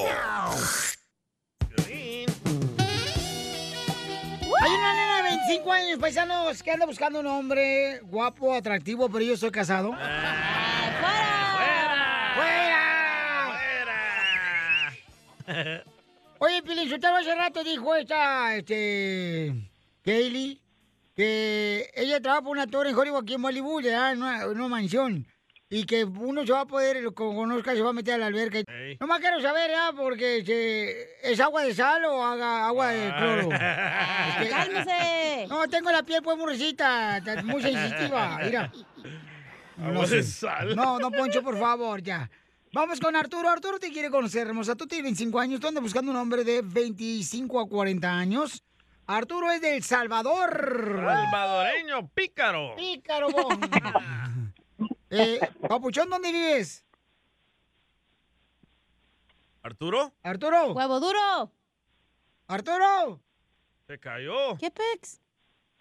S1: Hay una nena de 25 años, paisanos, que anda buscando un hombre guapo, atractivo, pero yo soy casado. Oye, Pilín, Sotelo hace rato dijo esta, este, Kaylee, que ella trabaja por una torre en Hollywood aquí en Malibu, le dan una, una mansión. Y que uno se va a poder, lo que conozca, se va a meter a la alberca. No más quiero saber, ¿ah? Porque este, es agua de sal o haga- agua
S7: Ah.
S1: de
S7: *laughs*
S1: cloro. Este,
S10: Cálmese.
S1: No, tengo la piel pues muy risita, ta- muy sensitiva. Mira.
S2: Agua de Ah, sal.
S1: No, no, Poncho, por favor, ya. Vamos con Arturo. Arturo te quiere conocer, hermosa. Tú tienes 25 años, tú andas buscando un hombre de 25 a 40 años. Arturo es de El Salvador.
S2: Salvadoreño, pícaro.
S1: Pícaro, vos. eh, Papuchón, ¿dónde vives?
S2: ¿Arturo?
S1: Arturo.
S10: Huevo duro.
S1: Arturo.
S2: Se cayó.
S10: ¿Qué pex?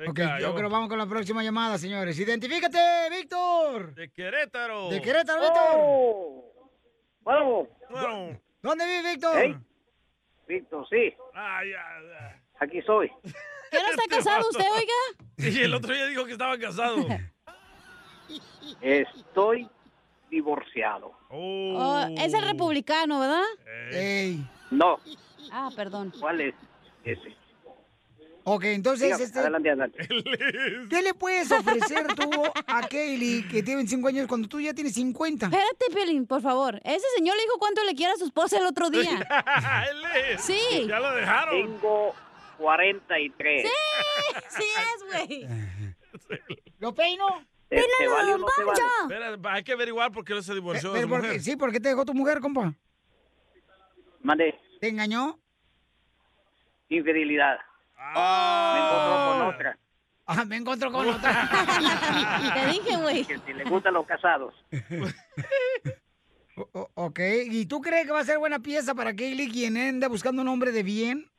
S1: Ok,
S2: cayó.
S1: yo creo vamos con la próxima llamada, señores. ¡Identifícate, Víctor!
S2: De Querétaro.
S1: ¿De Querétaro,
S19: Oh.
S1: Víctor?
S19: Vamos.
S1: ¿Dónde vive Víctor?
S19: ¿Eh? Víctor, sí. Aquí soy.
S10: ¿Qué no está casado usted, oiga?
S2: Y el otro día dijo que estaba casado.
S19: Estoy divorciado.
S10: Oh, es el republicano, ¿verdad?
S2: Eh.
S19: No,
S10: Ah, perdón.
S19: ¿cuál es ese?
S1: Ok, entonces,
S19: Dígame,
S1: este,
S19: Adelante, adelante.
S1: ¿qué le puedes ofrecer tú a Kaylee que tiene 25 años cuando tú ya tienes 50?
S10: Espérate, Pelín, por favor. Ese señor le dijo cuánto le quiere a su esposa el otro día. Sí. Ya lo dejaron.
S19: Tengo 43.
S10: Sí, *laughs* sí es, güey.
S1: ¿Lo peino?
S2: ¿Se-
S19: se Este, vale o no se vale?
S2: Espera, hay que averiguar por qué él se divorció de
S1: Pero
S2: su
S1: por-
S2: mujer.
S1: sí, ¿por qué te dejó tu mujer, compa?
S19: Mande.
S1: ¿Te engañó?
S19: Infidelidad.
S10: Ah.
S19: Me encontró con otra.
S1: Ah, me encontró
S10: Oh.
S1: con otra.
S10: *laughs* Te dije, güey.
S19: Que si le gustan los casados.
S1: O- ok, ¿y tú crees que va a ser buena pieza para Kaylee quien anda buscando un hombre de bien?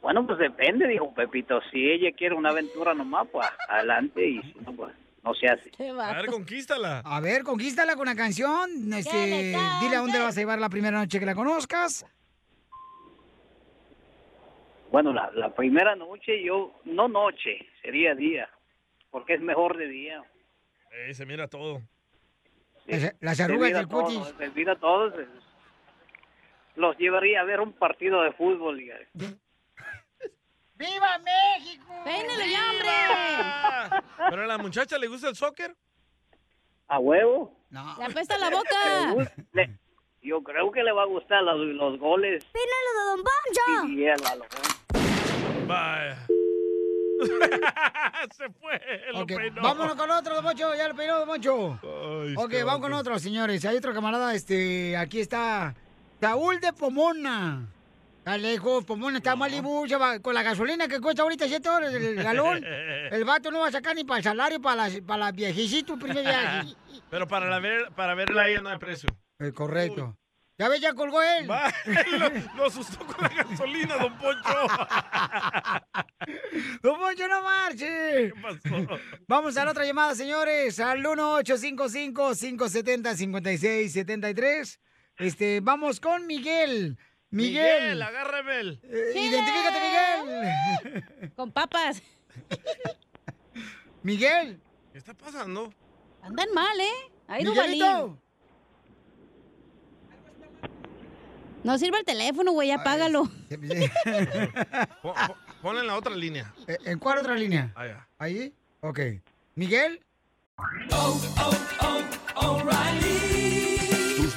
S19: Bueno, pues depende, dijo Pepito. Si ella quiere una aventura nomás, pues adelante y si no, pues no se hace.
S2: A ver, conquístala.
S1: A ver, conquístala con la canción. Este, dile a dónde la vas a llevar la primera noche que la conozcas.
S19: Bueno, la, la primera noche yo, no noche, sería día, porque es mejor de día.
S2: Ey, se Eh, mira todo.
S1: Las- Las arrugas del
S19: todo,
S1: cutis.
S19: se olvida todo, se- Los llevaría a ver un partido de fútbol. diga.
S1: ¡Viva México!
S10: ¡Peínelo ya, hombre!
S2: ¿Pero a la muchacha le gusta el soccer?
S19: ¿A huevo?
S10: Le apesta la boca.
S19: Yo creo que le va a gustar los, los goles.
S10: ¡Pínalo de Don Poncho!
S19: Y el balón.
S2: Vaya. *laughs* se fue, lo
S1: Ok,
S2: peinó.
S1: Vámonos con otro, Don Mocho. Ya lo peinó, Don Mocho. ok,
S2: este
S1: vamos con
S2: vato.
S1: otro, señores. Hay otro camarada, este, aquí está. Saúl de Pomona. Está lejos, Pomona está en Malibu, ya va- con la gasolina que cuesta ahorita 7 dólares el
S2: *laughs*
S1: galón. El vato no va a sacar ni para el salario, para la, para la viejecito, primer
S2: *laughs*
S1: viaje. Eh,
S2: Pero para, la ver, para verla a ella no hay precio.
S1: correcto. Ya ves, ya colgó él.
S2: *laughs* lo, lo asustó con la gasolina,
S1: *laughs*
S2: don Poncho.
S1: ¡No, Poncho, no marche!
S2: *laughs*
S1: Vamos a la otra llamada, señores, al 1-855-570-5673. Este, vamos con Miguel. Miguel.
S2: Miguel, agárreme el.
S1: eh, identifícate, Miguel.
S10: Con papas.
S1: Miguel.
S2: ¿Qué está pasando?
S10: Andan mal, ¿eh? Ahí
S1: Miguelito.
S10: Dubalín. No sirve el teléfono, güey, apágalo.
S2: Pon- pon- Ponla en la otra línea.
S1: Eh, ¿En cuál otra línea?
S2: Allá.
S1: ¿Ahí? Ok.
S2: *laughs*
S1: ¿Miguel?
S20: ¿Tus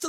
S21: The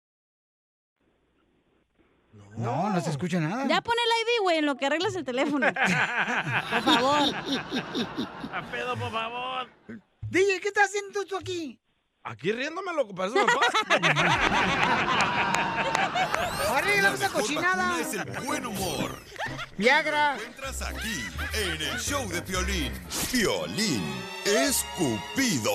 S1: *laughs* No, no se escucha nada.
S10: Ya pon el ID, güey, en lo que arreglas el
S1: *laughs*
S10: teléfono. Por favor.
S2: A pedo, por favor.
S1: DJ, ¿qué estás haciendo tú aquí?
S2: Aquí riéndome, loco, parece una
S1: *laughs*
S2: fa-
S1: Arregla esa cochinada.
S9: Es el buen humor.
S1: Viagra.
S9: Entras aquí, en el show de Piolín. Piolín Escupido.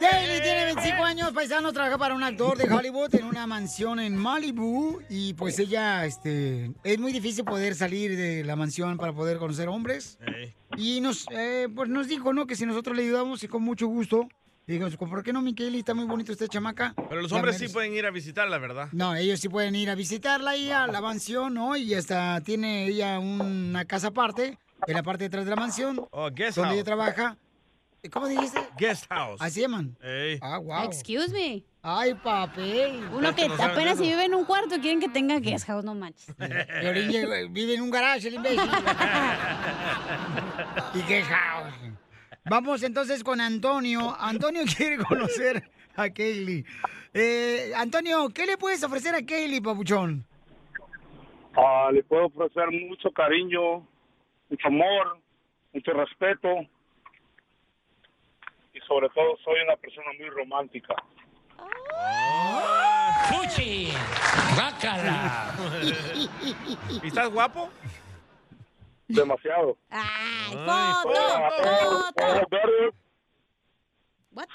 S1: Daily tiene 25 años, paisano, trabaja para un actor de Hollywood en una mansión en Malibu y pues ella, este, es muy difícil poder salir de la mansión para poder conocer hombres.
S2: Ey.
S1: Y nos, eh, pues nos dijo, ¿no? Que si nosotros le ayudamos y con mucho gusto Digo, ¿por qué no, Miqueli? Está muy bonito este chamaca.
S2: Pero los
S1: La
S2: hombres sí
S1: merece.
S2: pueden ir a visitarla, ¿verdad?
S1: No, ellos sí pueden ir a visitarla y a la mansión, ¿no? Y hasta tiene ella una casa aparte, en la parte de atrás de la mansión,
S2: Oh, guest
S1: donde ella
S2: house.
S1: trabaja. ¿Cómo dijiste?
S2: Guest house. Eh,
S1: Así llaman.
S2: Ey.
S1: Ah, wow.
S10: Excuse me.
S1: Ay, papel.
S10: Uno que
S1: Cacho, no saben
S10: apenas
S1: eso.
S10: si vive en un cuarto quieren que tenga guest house, no manches.
S1: Piolín llegó-
S2: *laughs*
S1: vive en un garage, el imbécil. y qué caos. Vamos entonces con Antonio. Antonio *laughs* quiere conocer a Kaylee. Eh, Antonio, ¿qué le puedes ofrecer a Kaylee, papuchón?
S22: Ah, le puedo ofrecer mucho cariño, mucho amor, mucho respeto y sobre todo soy una persona muy romántica.
S11: ¡Fuchi! ¡Bácala!
S2: *laughs* ¿Y estás guapo?
S22: Demasiado.
S10: ¡Ay,
S22: Ojos ojos verdes.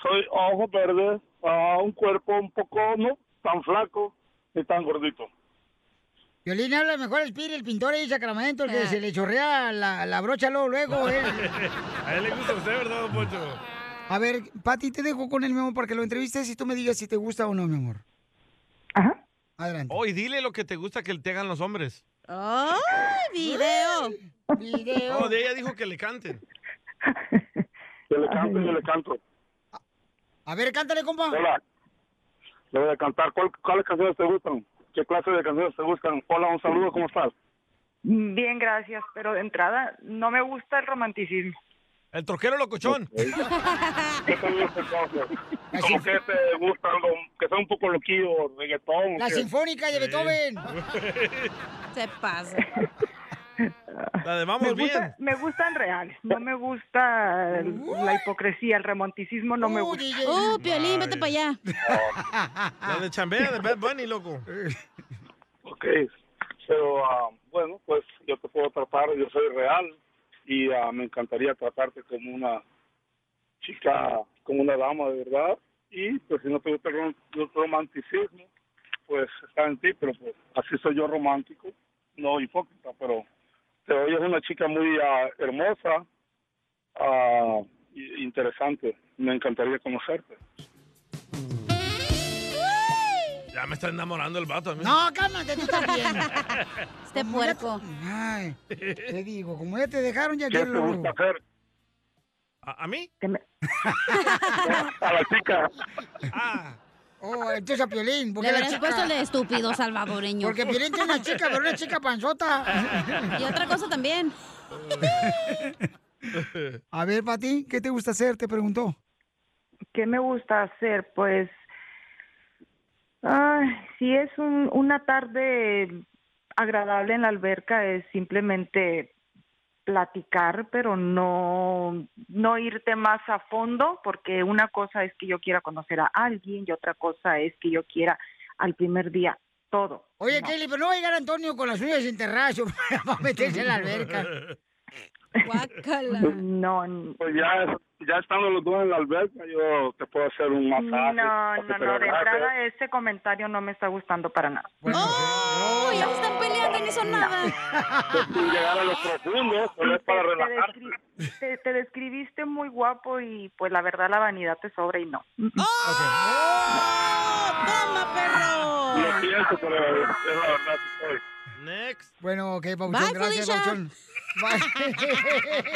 S22: Soy ojos verdes, ah, un cuerpo un poco no tan flaco ni tan gordito.
S1: Violín habla mejor el Piri, el pintor ahí de Sacramento, el que se le chorrea la, la brocha luego, luego, ¿eh?
S2: *laughs* a él le gusta a usted, ¿verdad, don Poncho?
S1: A ver, Pati, te dejo con él, mi amor, para que lo entrevistes y tú me digas si te gusta o no, mi amor. Ajá. Adelante.
S2: Oh, y dile lo que te gusta que te hagan los hombres.
S10: ¡Oh, video!
S2: Oh, de ella dijo que
S22: *laughs*
S2: le canten.
S22: Yo le canto, yo le canto.
S1: A ver, cántale, compa.
S22: Hola. Le voy a cantar. ¿Cuál- ¿Cuáles canciones te gustan? ¿Qué clase de canciones te gustan? Hola, un saludo, ¿cómo estás?
S18: Bien, gracias, pero de entrada no me gusta el romanticismo.
S2: *laughs* El troquero locochón.
S22: ¿Qué te gusta entonces? ¿Cómo que te gusta algo que sea un poco loquillo, reggaetón? o
S1: La
S22: qué?
S1: Sinfónica de Beethoven.
S10: Se pasa.
S2: La de vamos
S18: me
S2: bien.
S18: gusta- me gustan reales, no me gusta el- la hipocresía, el romanticismo no me
S10: Uh,
S18: gusta.
S10: DJ. Uh, Piolín, vete para allá.
S2: La de chambea de Bad Bunny, loco.
S22: Ok, pero ah, bueno, pues yo te puedo tratar, yo soy real y ah, me encantaría tratarte como una chica, como una dama de verdad. Y pues si no te gusta el rom- el romanticismo, pues está en ti, pero pues así soy yo romántico, no hipócrita, pero te doy es una chica muy ah, hermosa, ah, y- interesante, me encantaría conocerte.
S2: Ya me está enamorando el vato a mí.
S1: No, cálmate, tú *laughs* también.
S10: Este
S1: puerco. Ay, te digo, como ya te dejaron, ya
S22: ¿Qué
S1: que
S22: te gusta hacer?
S2: ¿A, mí?
S22: *laughs* A la chica.
S1: Oh, entonces a Piolín.
S10: Le
S1: Porque la
S10: hubieras
S1: chica...
S10: puesto el de estúpido salvadoreño.
S1: Porque Piolín tiene una chica, pero una chica panzota.
S10: Y otra cosa también.
S1: A ver, Pati, ¿qué te gusta hacer? Te preguntó.
S18: ¿Qué me gusta hacer? Pues, ay, si es un- una tarde agradable en la alberca, es simplemente platicar, pero no, no irte más a fondo, porque una cosa es que yo quiera conocer a alguien y otra cosa es que yo quiera al primer día todo.
S1: Oye, Kelly, pero no va a llegar Antonio con las uñas enterradas *laughs* para meterse en la alberca.
S18: No,
S22: Pues ya, ya estando los dos en la alberca, yo te puedo hacer un masaje.
S18: No,
S22: para que
S18: no,
S22: te
S18: no, de
S22: relajes.
S18: entrada ese comentario no me está gustando para nada.
S10: ¡Oh! Ya se están peleando y no hizo nada.
S22: Pues sin llegar a lo
S18: *laughs*
S22: profundo, solo es para relajar.
S18: Te, te describiste muy guapo y pues la verdad la vanidad te sobra y no.
S10: ¡Toma, perro!
S22: Lo siento, pero es la verdad que soy.
S2: Next.
S1: Bueno, ok, Pauchón,
S10: Bye,
S1: gracias,
S10: Felicia.
S1: Pauchón. Bye.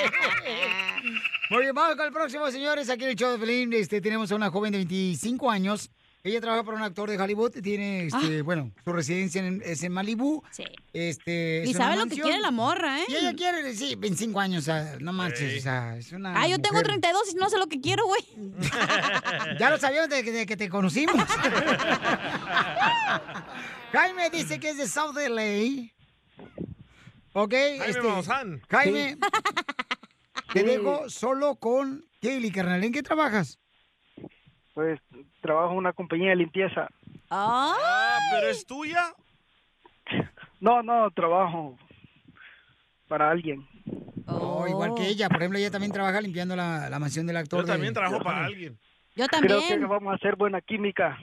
S1: *laughs* Muy bien, vamos con el próximo, señores. Aquí en el show de Pelín, este, tenemos a una joven de 25 años. Ella trabaja para un actor de Hollywood, tiene, este, bueno, su residencia en- es en Malibú.
S10: Ah. Sí.
S1: Este,
S10: Y
S1: es una
S10: sabe lo que
S1: mansión.
S10: quiere la morra, ¿eh?
S1: Y ella quiere, sí, 25 años, o sea, no marches, o sea, es una
S10: Ah, yo tengo
S1: mujer.
S10: 32 y no sé lo que quiero, güey.
S1: *laughs* Ya lo sabíamos desde que- desde que te conocimos.
S10: *laughs*
S1: Jaime dice que es de South LA. Ok. Jaime
S2: Maussan.
S1: Jaime, *laughs* te
S23: Sí.
S1: dejo solo con Kelly, carnal. ¿En qué trabajas?
S23: Pues trabajo en una compañía de limpieza.
S10: Ah,
S2: pero es tuya.
S23: No, no, trabajo para alguien.
S1: Oh, igual que ella. Por ejemplo, ella también trabaja limpiando la, la mansión del actor.
S23: Yo también trabajo para
S2: alguien.
S10: Yo
S23: Creo que vamos a hacer buena química.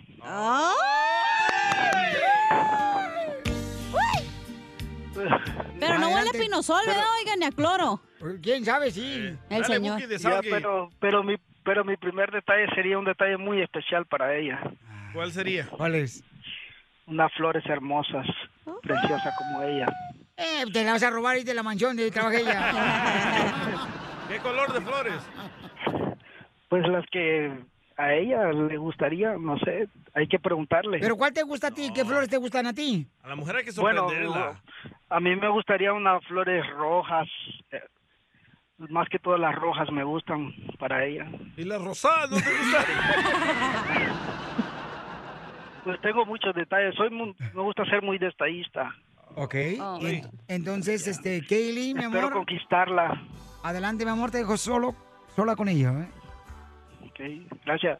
S10: Pero no huele a pinosol, ¿verdad? Oigan, ni a cloro.
S1: ¿Quién sabe? Sí.
S10: El señor.
S23: Ya, pero, pero mi, pero mi primer detalle sería un detalle muy especial para ella.
S2: ¿Cuál sería?
S1: ¿Cuál es?
S23: Unas flores hermosas, preciosas como ella.
S1: Eh, te la vas a robar y de la mansión de
S10: *laughs*
S1: trabaja ella.
S2: ¿Qué color de flores?
S23: Pues las que a ella le gustaría, no sé, hay que preguntarle.
S1: ¿Pero cuál te gusta a ti? ¿Qué flores te gustan a ti?
S2: A la mujer hay que
S23: Bueno,
S2: sorprenderla.
S23: a mí me gustaría unas flores rojas, eh, más que todas las rojas me gustan para ella.
S2: ¿Y las rosadas no te gustan?
S23: *laughs* Pues tengo muchos detalles, soy mu- me gusta ser muy detallista.
S1: Ok. Y ent- entonces, este, Kaylee, mi
S23: Oh. Espero
S1: amor.
S23: conquistarla.
S1: Adelante, mi amor, te dejo solo, sola con ella, ¿eh?
S23: Ok, gracias.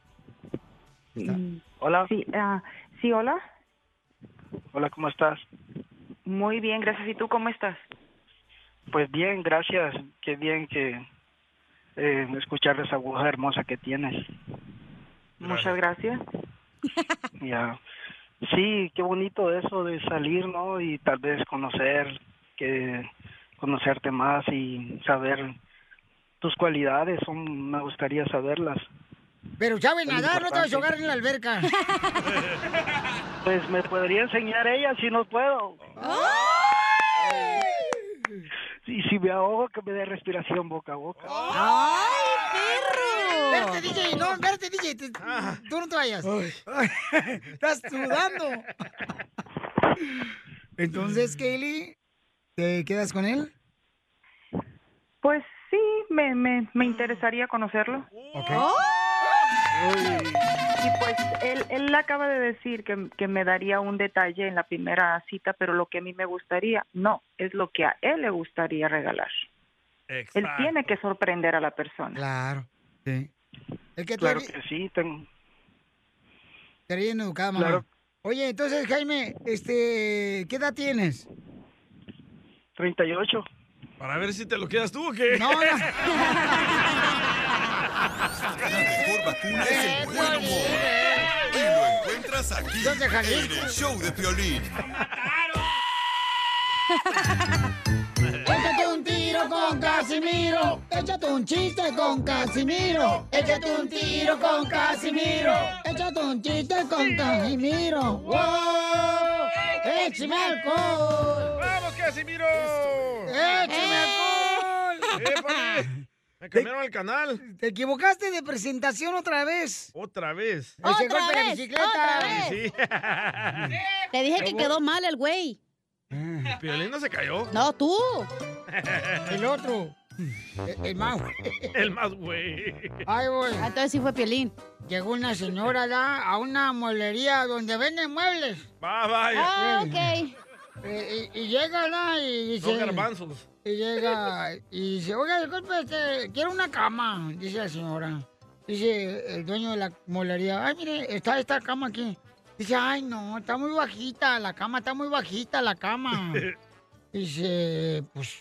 S23: Hola.
S18: Sí, ah, sí, hola.
S23: Hola, ¿cómo estás?
S18: Muy bien, gracias. ¿Y tú cómo estás?
S23: Pues bien, gracias. Qué bien que eh, escuchar esa voz hermosa que tienes.
S18: Muchas gracias.
S23: *laughs* Ya. Sí, qué bonito eso de salir, ¿no? Y tal vez conocer, que conocerte más y saber tus cualidades, son, me gustaría saberlas.
S1: Pero sabes
S23: Es
S1: nadar, no te vas
S23: importante.
S1: a ahogar en la *laughs* alberca.
S23: Pues me podría enseñar ella si no puedo. Y si me ahogo, que me dé respiración boca a boca.
S1: Oh. Verte, DJ, no, verte, DJ, te- tú no te vayas. Ah. *laughs* Estás sudando. Entonces, Kaylee, ¿te quedas con él?
S18: Pues sí, me, me, me interesaría conocerlo. Y pues él, él acaba de decir que, que me daría un detalle en la primera cita, pero lo que a mí me gustaría, no, es lo que a él le gustaría regalar. Él tiene que sorprender a la persona.
S1: Claro. Sí. Es que tú
S18: Claro
S1: eres,
S23: que sí, tengo.
S1: Te eres bien educada, mamá.
S23: Claro.
S1: Oye, entonces, Jaime, este, ¿qué edad tienes?
S23: 38.
S2: Para ver si te lo quedas tú o qué. *laughs*
S1: No, no.
S9: Es el buen humor. Y lo encuentras aquí, en el show de Piolín.
S1: Échate un tiro con Casimiro. Échate un chiste con Casimiro. Échate un tiro con Casimiro. Échate un chiste con Casimiro. ¡Wow! ¡Échame alcohol!
S2: ¡Eh, ¡Vamos, Casimiro!
S1: ¡Échame
S2: ¡Eh!
S1: alcohol!
S2: ¡Épale! Me cambiaron el canal.
S1: Te equivocaste de presentación otra vez.
S2: Otra vez.
S1: Ese golpe de bicicleta.
S2: Sí.
S10: Te dije que quedó mal el güey.
S2: Piolín no se cayó.
S10: No, tú.
S1: El
S2: *laughs*
S1: otro. El, el más.
S2: El más güey.
S1: Ay, voy.
S10: Ah, Entonces sí fue Piolín.
S1: Llegó una señora ¿da? a una mueblería donde venden muebles.
S2: Va, vaya.
S1: Ah, ok. Y, y llega ¿da? y dice... *laughs*
S2: No garbanzos.
S1: Y llega y dice, oiga, disculpe, este, quiero una cama, dice la señora. Dice el dueño de la molería, ay, mire, está esta cama aquí. Dice, ay, no, está muy bajita la cama, está muy bajita la
S2: *laughs*
S1: cama. Dice, pues,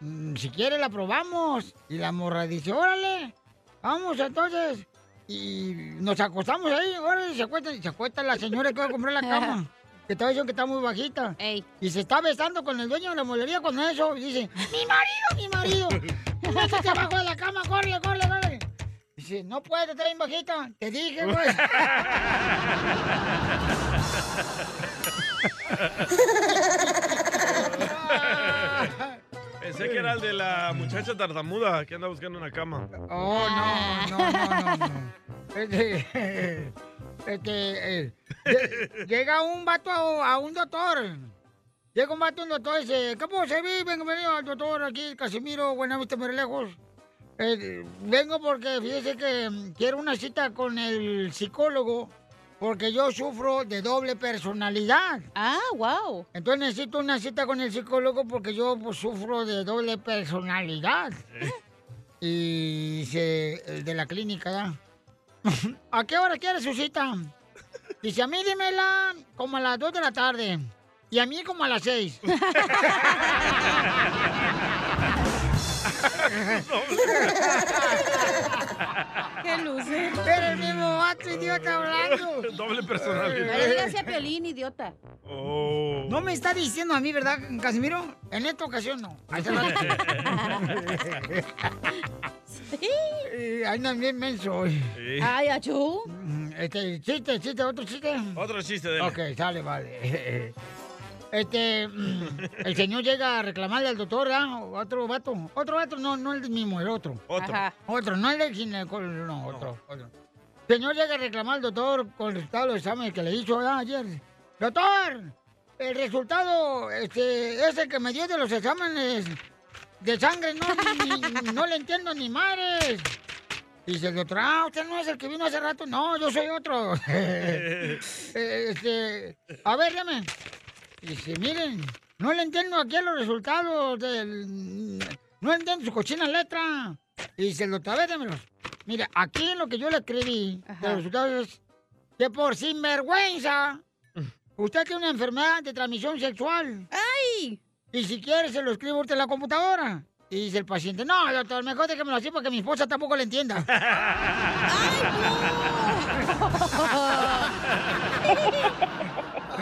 S1: mm, si quiere la probamos. Y la morra dice, órale, vamos entonces. Y nos acostamos ahí, órale, se acuesta, se acuesta la señora que va a comprar la cama. Que estaba diciendo que está muy bajita. Y se está besando con el dueño de la molería con eso. Y dice, mi marido, mi marido. Métete abajo de la cama, corre, corre, corre. Dice, no puedo, está bien bajita. Te dije, pues". güey.
S2: Pensé que era el de la muchacha tartamuda que anda buscando una cama.
S7: *laughs*
S1: Oh, no, no, no, no, no. *laughs* Este, este, eh, lle- llega un vato a, a un doctor. Llega un vato a un doctor y dice, ¿qué puedo servir? Vengo, vengo al doctor aquí, Casimiro, Buenavista, muy lejos. Eh, vengo porque fíjese que mm, quiero una cita con el psicólogo porque yo sufro de doble personalidad. Ah, wow. Entonces necesito una cita con el psicólogo porque yo pues, sufro de doble personalidad. Y dice el de la clínica, ¿da? *laughs* ¿A qué hora quiere su cita? Dice, a mí dímela como a las 2 de la tarde. Y a mí como a las 6. *laughs*
S7: Oh.
S1: ¡Qué luce! Pero el mismo vato idiota hablando.
S2: Doble personalidad.
S10: No le digas a Piolín, idiota.
S2: Oh.
S1: No me está diciendo a mí, ¿verdad, Casimiro? En esta ocasión no. Ahí se va. Eh, Ay, no, bien menso hoy.
S2: Sí. Ay,
S1: achú. Este, chiste, chiste, otro chiste.
S2: Otro chiste de
S1: Ok, sale, vale. Este, mm, el señor llega a reclamarle al doctor, ¿ah? Otro vato. Otro vato, no, no el mismo, el otro.
S7: Otro. Ajá.
S1: Otro, no el del ginecólogo, no, otro, otro. El señor llega a reclamar al doctor con el resultado del examen que le hizo ah, ayer. Doctor, el resultado, este, ese que me dio de los exámenes de sangre, no, ni- no le entiendo ni madres. Dice el doctor, ah, usted no es el que vino hace rato. No, yo soy otro. Eh, este, a ver, dame. Dice, miren, no le entiendo aquí a los resultados del... No entiendo su cochina letra. Y dice el doctor, a ver, démelos. Mira, aquí lo que yo le escribí de los resultados es que por sinvergüenza usted tiene una enfermedad de transmisión sexual. ¡Ay! Y si quiere se lo escribo usted en la computadora. Y dice el paciente, no, doctor, mejor déjemelo así porque mi esposa tampoco le entienda.
S7: *laughs*
S8: *laughs*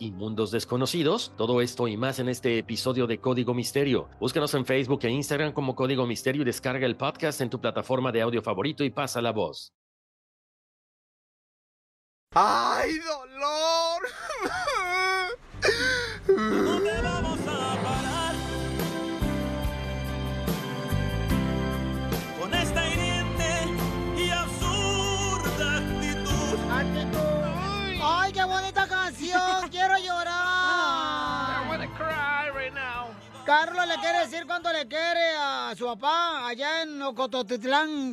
S14: y mundos desconocidos? Todo esto y más en este episodio de Código Misterio. Búscanos en Facebook e Instagram como Código Misterio y descarga el podcast en tu plataforma de audio favorito y pasa la voz.
S7: ¡Ay, dolor! ¿Dónde vamos a parar? Con esta hiriente y absurda actitud.
S1: ¡Ay, qué bonita canción! ¡Quiero llorar! Carlos le quiere decir cuánto le quiere a su papá allá en Ocototitlán.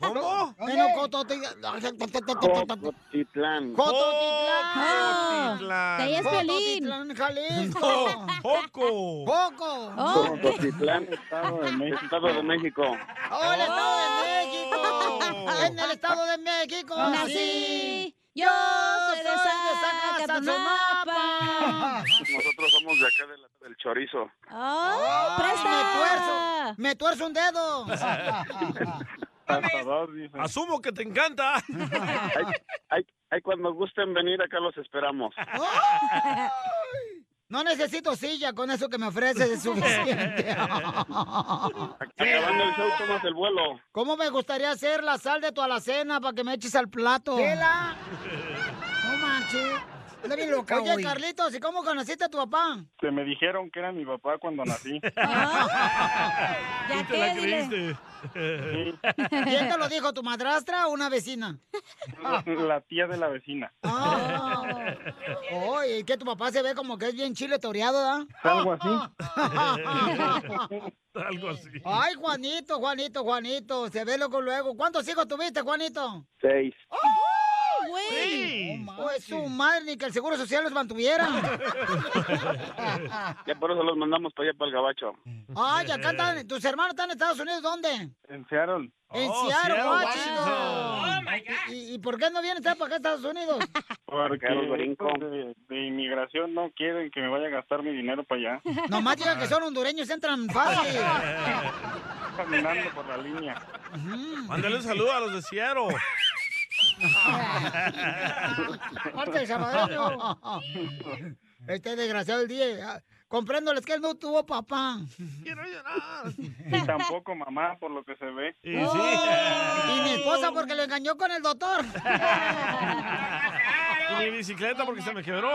S1: ¿Cómo? En Ocototitlán.
S12: Cotitlán.
S7: Oh,
S1: Cototitlán.
S10: Ah.
S1: Ah,
S12: Cotitlán.
S1: Ahí es Cototitlán, Jalisco.
S2: Poco.
S1: Poco.
S10: Oh.
S12: Cotitlán, Estado de México. Estado de México.
S1: ¡Oh, el Estado de México! *laughs* ¡En el Estado de México!
S10: Nací. Ah, Yo soy de Zacatecas,
S12: Nosotros somos de acá de la- del Chorizo.
S10: ¡Oh, presta!
S1: ¡Me tuerzo un dedo!
S2: Asumo que te encanta.
S12: Ahí, ahí- ahí cuando gusten venir, acá los
S5: *laughs*
S12: esperamos.
S1: No necesito silla, con eso que me ofreces
S5: *laughs*
S1: es suficiente.
S12: Acabando el show, tomas el vuelo.
S1: ¿Cómo me gustaría hacer la sal de tu alacena para que me eches al plato? ¡Vela! No manches. Anda bien loca Oye,
S12: hoy.
S1: Carlitos, ¿y cómo conociste a tu papá?
S12: Te me dijeron que era mi papá cuando nací.
S1: Ah, ¿Ya
S12: te la creíste.
S1: ¿Quién te lo dijo, tu madrastra o una vecina?
S12: La tía de la vecina.
S1: Ah. Oye, que tu papá se ve como que es bien chile toreado, ¿da?
S12: Algo así.
S2: *laughs* Algo así.
S1: Ay, Juanito, Juanito, Juanito, se ve loco luego. ¿Cuántos hijos tuviste, Juanito?
S12: Seis.
S1: ¡Ay, güey. Pues su madre, ni que el Seguro Social los
S2: *laughs*
S1: mantuviera.
S7: Ya por eso los mandamos para allá, para el gabacho.
S1: Ay, acá están, tus hermanos están en Estados Unidos, ¿dónde?
S7: En Seattle.
S1: En
S7: Oh,
S1: Seattle,
S7: Seattle,
S1: Washington. Oh,
S7: Washington.
S1: ¿Y, y por qué no viene usted para acá a Estados *laughs* Unidos?
S12: Porque
S7: Carlos Brinco.
S12: estos de, de inmigración no quieren que me vaya a gastar mi dinero para allá.
S1: Nomás diga que son hondureños, entran fácil.
S12: Caminando por la línea.
S2: Mándale un saludo a los de Ciaro.
S1: Parte de salvadoreño. *laughs* Este desgraciado el día. Compréndoles que él no tuvo papá. *laughs*
S12: Y tampoco mamá, por lo que se ve.
S1: Oh, y mi esposa porque lo engañó con el doctor.
S2: Y mi bicicleta porque se me quebró.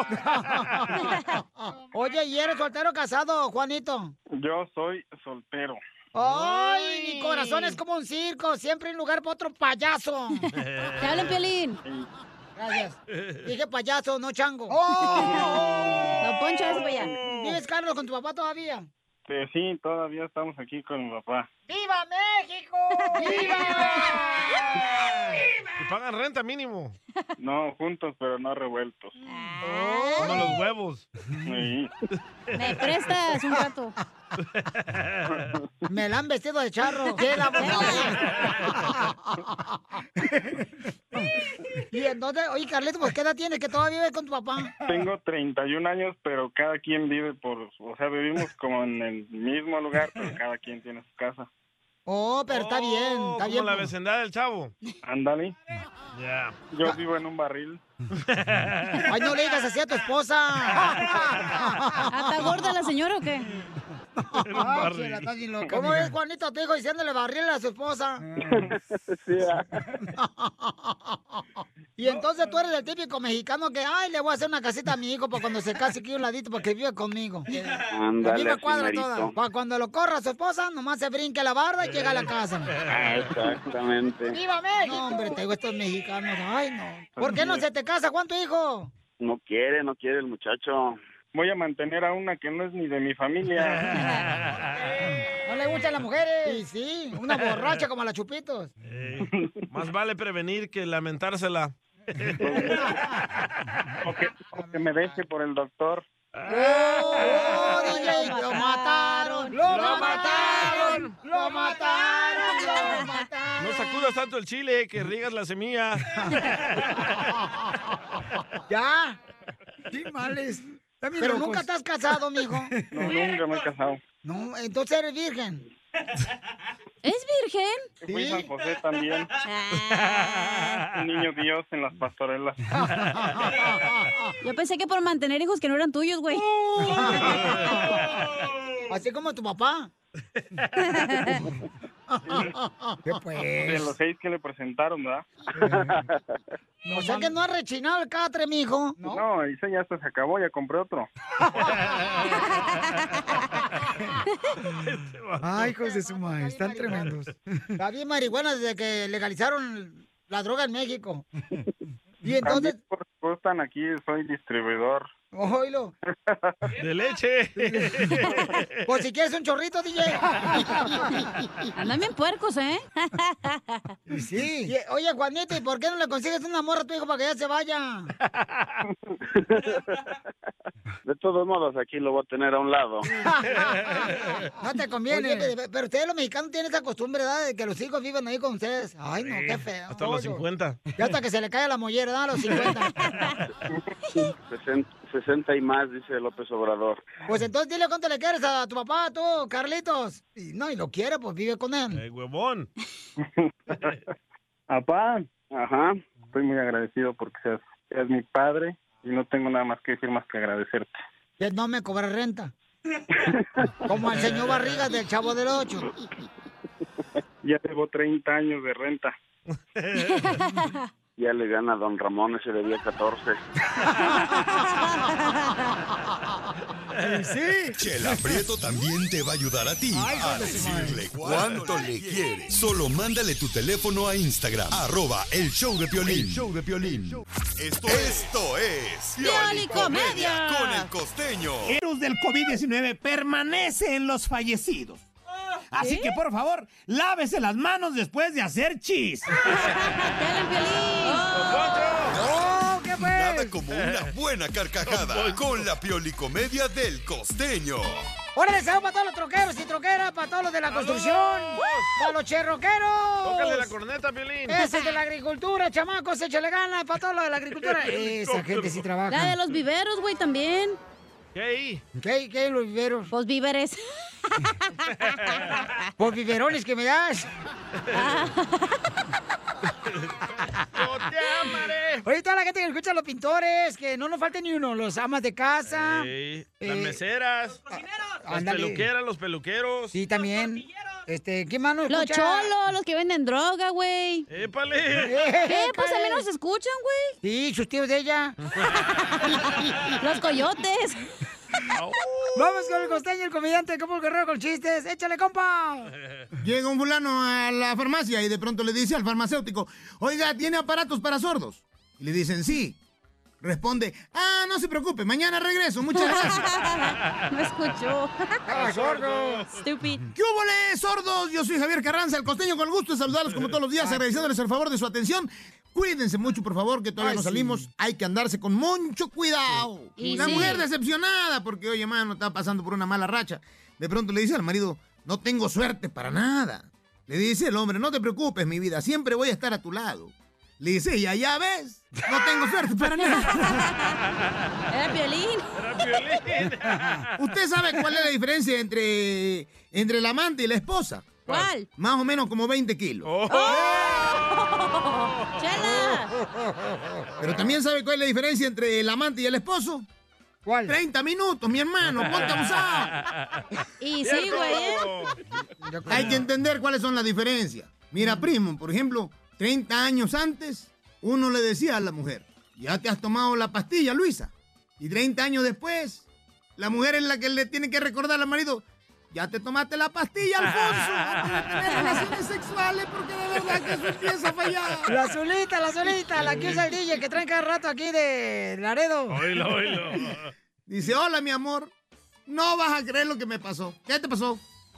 S1: Oye, ¿y eres soltero o casado, Juanito?
S12: Yo soy soltero.
S1: ¡Ay, mi corazón es como un circo! Siempre hay un lugar para otro payaso.
S12: Te
S1: hablan, Piolín. Gracias. Dije payaso, no
S10: *laughs*
S1: chango.
S12: Don Poncho, vas para allá.
S1: ¿Vives, ¡Oh! Carlos, con tu papá todavía?
S12: Pero Este, sí, todavía estamos aquí con mi papá.
S1: ¡Viva México!
S2: Y pagan renta mínimo.
S12: No juntos, pero no revueltos.
S1: Ah.
S2: Como los huevos.
S12: Sí.
S10: *laughs* Me prestas un rato.
S1: Me la han vestido de
S10: *laughs*
S1: charro. Chela, por favor. *laughs* y entonces, oye, Carlito, pues, ¿qué edad tienes que todavía vives con tu papá?
S12: Tengo 31 años, pero cada quien vive por... O sea, vivimos como en el mismo lugar, pero cada quien tiene su casa.
S1: Oh, pero está bien, está
S2: Como
S1: bien.
S2: la vecindad del chavo.
S12: Ándale.
S2: Ya.
S12: Yo vivo en un
S2: *laughs*
S12: barril.
S1: Ay, no le digas así a tu esposa.
S10: ¿Está gorda la señora o qué?
S1: Ay, chela, estás bien loca, Ah. ¿Cómo es, Juanito, tu hijo, diciéndole barril a su esposa?
S12: ah.
S1: Y entonces tú eres el típico mexicano que, ay, le voy a hacer una casita a mi hijo para cuando se case aquí a un ladito para que viva conmigo. La
S12: Ándale,
S1: misma
S12: así
S1: cuadra
S12: merito.
S1: toda. Para cuando lo corra su esposa, nomás se brinque la barda y llega a la casa.
S12: Ah, Exactamente.
S1: ¡Viva México! No, hombre, te digo estos mexicanos, ay, no. ¿Por
S12: Pues
S1: qué no se te casa? ¿Cuánto hijo?
S12: No quiere, no quiere el muchacho. Voy a mantener a una que no es ni de mi
S1: *laughs*
S12: familia.
S1: No le gustan las mujeres. Y sí, una borracha como la Chupitos.
S2: Eh, más vale prevenir que lamentársela.
S12: que me deje por el doctor.
S1: ¡Oh, DJ! ¡Lo mataron! ¡Lo mataron! ¡Lo mataron! ¡Lo mataron!
S2: No sacudas tanto el chile que riegas la semilla.
S1: ¡Ya! ¡Qué males! Pero
S2: locos.
S1: nunca estás casado, mijo.
S12: No, nunca me he casado.
S1: No, entonces eres virgen.
S10: ¿Es virgen?
S12: Fui San José también. Un niño Dios en las
S1: *laughs*
S12: pastorelas.
S10: Yo pensé que por mantener hijos que no eran tuyos, güey.
S1: *laughs* Así como tu papá. *laughs* ¿Qué pues.
S12: De los seis que le presentaron,
S1: *laughs*
S12: ¿verdad?
S1: o sea que no has rechinado el catre, mijo.
S12: No, ese ya hasta se acabó, ya compré otro.
S1: Ay, hijos de su madre, están tremendos. Está bien marihuana desde que legalizaron la droga en
S2: *laughs*
S1: México. Y entonces,
S12: También por gustan aquí, soy distribuidor. *laughs*
S1: oílo.
S12: De leche.
S1: Por si quieres un chorrito, DJ.
S10: *laughs* Andan bien puercos, ¿eh?
S1: Y
S10: *laughs*
S1: sí. oye, Juanito, ¿y por qué no le consigues una morra a tu hijo para que ya se vaya?
S7: De todos modos, aquí lo voy a tener a un lado.
S1: No te conviene. pero ustedes los mexicanos tienen esa costumbre, ¿verdad? De que los hijos viven ahí con ustedes. Ay, no, qué feo.
S2: Hasta los 50.
S1: Ya hasta que se le cae la mollera, ¿verdad? A los
S2: *laughs*
S1: 50.
S7: 60, y más, dice López Obrador.
S1: Pues entonces dile cuánto le quieres a tu papá, tú, Carlitos. Y no, y lo quiere, pues vive con él.
S2: El Eh, huevón.
S12: *laughs* Papá, ajá, estoy muy agradecido porque seas, seas mi padre y no tengo nada más que decir más que agradecerte.
S1: Que no me cobra
S2: *laughs*
S1: renta. Como al señor Barrigas del Chavo del Ocho.
S12: Ya debo 30 años de renta.
S7: Ya le gana a don Ramón ese de día 14.
S1: Sí.
S9: Chela Prieto también te va a ayudar a ti Ay, a decirle cuánto le quiere. Solo mándale tu teléfono a Instagram, arroba el show de Piolín.
S13: El
S9: show de Piolín. Esto, esto es Piolicomedia con el costeño.
S1: Ah,
S13: virus del COVID-19 permanece en los fallecidos.
S3: Así que por favor, lávese las manos después de hacer chis.
S9: Nada como una buena carcajada con la piolicomedia del costeño.
S1: ¡Órale, saludos para todos los troqueros y troqueras, para todos los de la construcción, para los cherroqueros!
S2: Tócale la corneta, Piolín.
S1: Ese es de la agricultura, chamacos, échale ganas para todos los de la
S2: *laughs*
S1: agricultura. Esa gente sí trabaja.
S10: La de los viveros, güey, también.
S2: ¿Qué hay?
S1: ¿Qué, qué hay en los viveros?
S10: Pues
S1: *laughs*
S10: víveres.
S1: Por biberones que me
S2: *laughs*
S1: das. Oye, toda la gente que escucha a los pintores, que no nos falte ni uno, los amas de casa.
S2: Ey,
S1: Eh,
S2: las meseras. Las
S1: ándale.
S2: peluqueras, los peluqueros.
S1: Sí, también. Este, ¿qué mano
S10: Los cholos, los que venden droga,
S2: *laughs*
S10: güey.
S1: *laughs*
S2: ¡Épale!
S10: ¿Qué? Pues también nos escuchan, güey.
S1: Sí, sus tíos de ella.
S10: los
S2: *laughs*
S10: coyotes.
S1: Vamos con el costeño, el comediante de Capo Guerrero con chistes. ¡Échale, compa!
S13: Llega un fulano a la farmacia y de pronto le dice al farmacéutico, oiga, ¿tiene aparatos para sordos? Y le dicen, sí. Responde, ah, no se preocupe, mañana regreso, muchas
S1: *laughs*
S15: *laughs*
S13: gracias.
S10: No
S7: *laughs*
S10: escuchó.
S13: Estaba Ah, sordo.
S10: Stupid.
S13: ¿Qué hubo, le, sordos? Yo soy Javier Carranza, el costeño, con el gusto de saludarlos como todos los días, agradeciéndoles el favor de su atención. Cuídense mucho, por favor, que todavía
S15: Ay,
S13: no
S15: sí.
S13: salimos. Hay que andarse con mucho cuidado.
S15: Y
S13: la
S15: sí.
S13: mujer decepcionada, porque oye, mano, está pasando por una mala racha. De pronto le dice al marido, no tengo suerte para nada. Le dice el hombre, no te preocupes, mi vida, siempre voy a estar a tu lado. Le dice, y allá ves, no tengo suerte para nada.
S10: *laughs* Era violín.
S13: *laughs* ¿Usted sabe cuál es la diferencia entre, entre la amante y la esposa?
S10: ¿Cuál?
S13: Más o menos como 20 kilos.
S7: Oh.
S10: Oh.
S13: Pero también sabe cuál es la diferencia entre el amante y el esposo.
S1: ¿Cuál?
S13: 30 minutos, mi hermano, ponte abusado.
S10: Y sí, güey. ¿eh?
S13: Hay que entender cuáles son las diferencias.
S1: Mm.
S13: Mira, primo, por ejemplo, 30 años antes, uno le decía a la mujer, ya te has tomado la pastilla, Luisa. Y 30 años después, la mujer es la que le tiene que recordar al marido, ya te tomaste la pastilla,
S1: *laughs*
S13: Alfonso. antes de tener relaciones sexuales, porque de verdad que eso empieza a fallar.
S1: La azulita, la azulita, la que usa el DJ que traen cada rato aquí de Laredo.
S13: Oílo, oílo. Dice, hola mi amor, no vas a creer lo que me pasó. ¿Qué te pasó?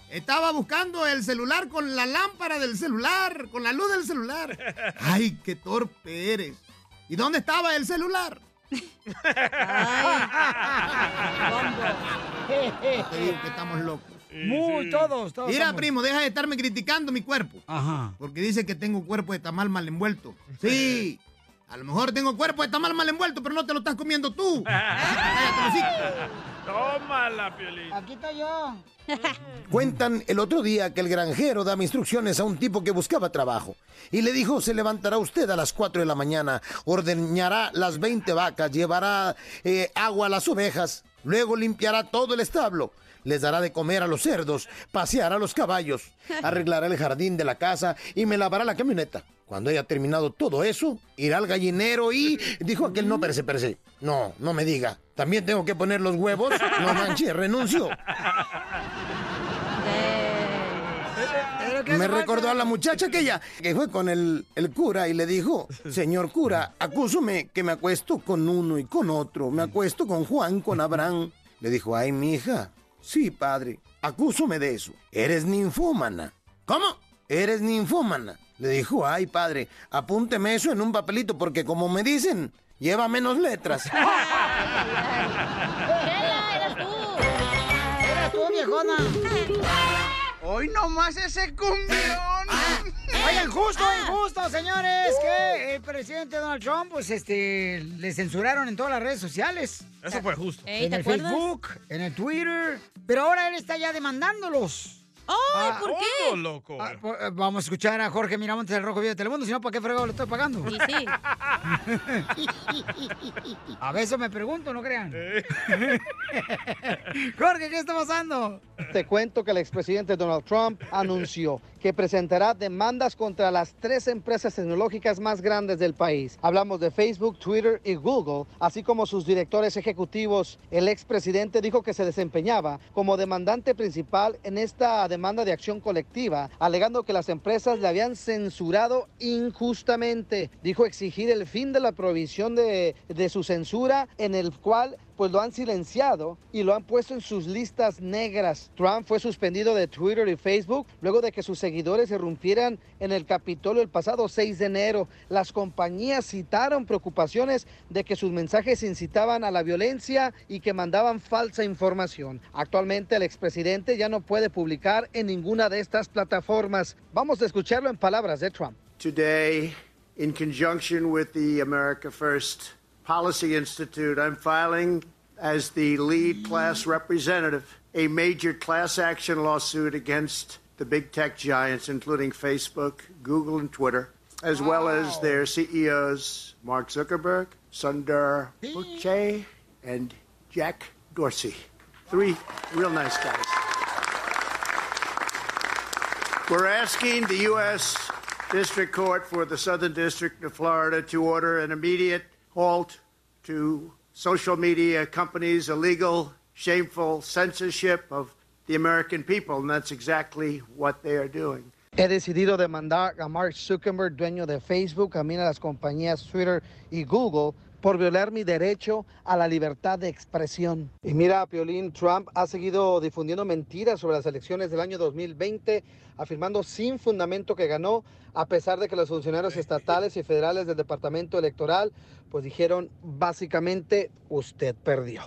S13: Estaba buscando el celular con la lámpara del celular, con la luz del celular. Ay, qué torpe eres. ¿Y dónde estaba el celular? Te digo que estamos locos.
S1: Muy, todos, todos.
S13: Mira,
S1: somos.
S13: primo, deja de estarme criticando mi cuerpo.
S1: Ajá.
S13: Porque dice que tengo cuerpo de tamal mal envuelto. Sí, a lo mejor tengo cuerpo de tamal mal envuelto, pero no te lo estás comiendo
S1: *laughs*
S13: tú.
S2: Tómala, Piolín.
S1: Aquí estoy yo.
S24: Cuentan el otro día que el granjero daba instrucciones a un tipo que buscaba trabajo y le dijo, se levantará usted a las 4 de la mañana, ordeñará las 20 vacas, llevará eh, agua a las ovejas, luego limpiará todo el establo, les dará de comer a los cerdos, paseará a los caballos, arreglará el jardín de la casa y me lavará la camioneta. Cuando haya terminado todo eso, irá al gallinero y... Dijo aquel, no, perece, perece. No, no me diga. ¿También tengo que poner los huevos? No manches, renuncio. Me recordó a la muchacha aquella que fue con el, el cura y le dijo, señor cura, acúsome que me acuesto con uno y con otro, me acuesto con Juan, con Abraham. Le dijo, ay, mija, sí, padre, acúsome de eso. Eres ninfómana. ¿Cómo? Eres ninfómana. Le dijo, ay, padre, apúnteme eso en un papelito porque como me dicen, lleva menos
S1: *laughs*
S24: letras.
S1: ¡Ah! Era tú, viejona.
S25: Hoy nomás ese cumbión.
S1: Ah, Oigan, justo, injusto, señores, que el presidente Donald Trump, pues, este, le censuraron en todas las redes sociales.
S2: Eso fue justo.
S10: Ey,
S1: en
S10: ¿te
S1: el
S10: acuerdas?
S1: Facebook, en el Twitter. Pero ahora él está ya demandándolos.
S10: Ay,
S2: Oh,
S10: ¿por qué?
S2: Todo loco.
S1: Ah, po- eh, Vamos a escuchar a Jorge Miramontes del Rojo Vivo de Telemundo, si no, ¿para qué fregado lo estoy pagando?
S10: Y sí.
S1: *laughs* A veces me pregunto, no crean.
S2: Eh.
S1: *laughs* Jorge, ¿qué está pasando?
S25: Te cuento que el expresidente Donald Trump anunció que presentará demandas contra las tres empresas tecnológicas más grandes del país. Hablamos de Facebook, Twitter y Google, así como sus directores ejecutivos. El expresidente dijo que se desempeñaba como demandante principal en esta demanda de acción colectiva, alegando que las empresas le habían censurado injustamente. Dijo exigir el fin de la prohibición de, de su censura en el cual
S3: pues lo han silenciado y lo han puesto en sus listas negras. Trump fue suspendido de Twitter y Facebook luego de que sus seguidores irrumpieran en el Capitolio el pasado 6 de enero. Las compañías citaron preocupaciones de que sus mensajes incitaban a la violencia y que mandaban falsa información. Actualmente el expresidente ya no puede publicar en ninguna de estas plataformas. Vamos a escucharlo en palabras de Trump.
S26: Today, in conjunction with the America First Policy Institute, I'm filing as the lead class representative a major class action lawsuit against the big tech giants, including Facebook, Google, and Twitter, as well as their CEOs, Mark Zuckerberg, Sundar Pichai, and Jack Dorsey. Three real nice guys. We're asking the U.S. District Court for the Southern District of Florida to order an immediate halt to social media companies' illegal, shameful censorship of the American people, and that's exactly what they are doing.
S3: He decidido demandar a Mark Zuckerberg, dueño de Facebook, también a las compañías Twitter y Google por violar mi derecho a la libertad de expresión. Y mira, Piolín, Trump ha seguido difundiendo mentiras sobre las elecciones del año 2020, afirmando sin fundamento que ganó, a pesar de que los funcionarios estatales y federales del Departamento Electoral, pues dijeron básicamente, usted perdió.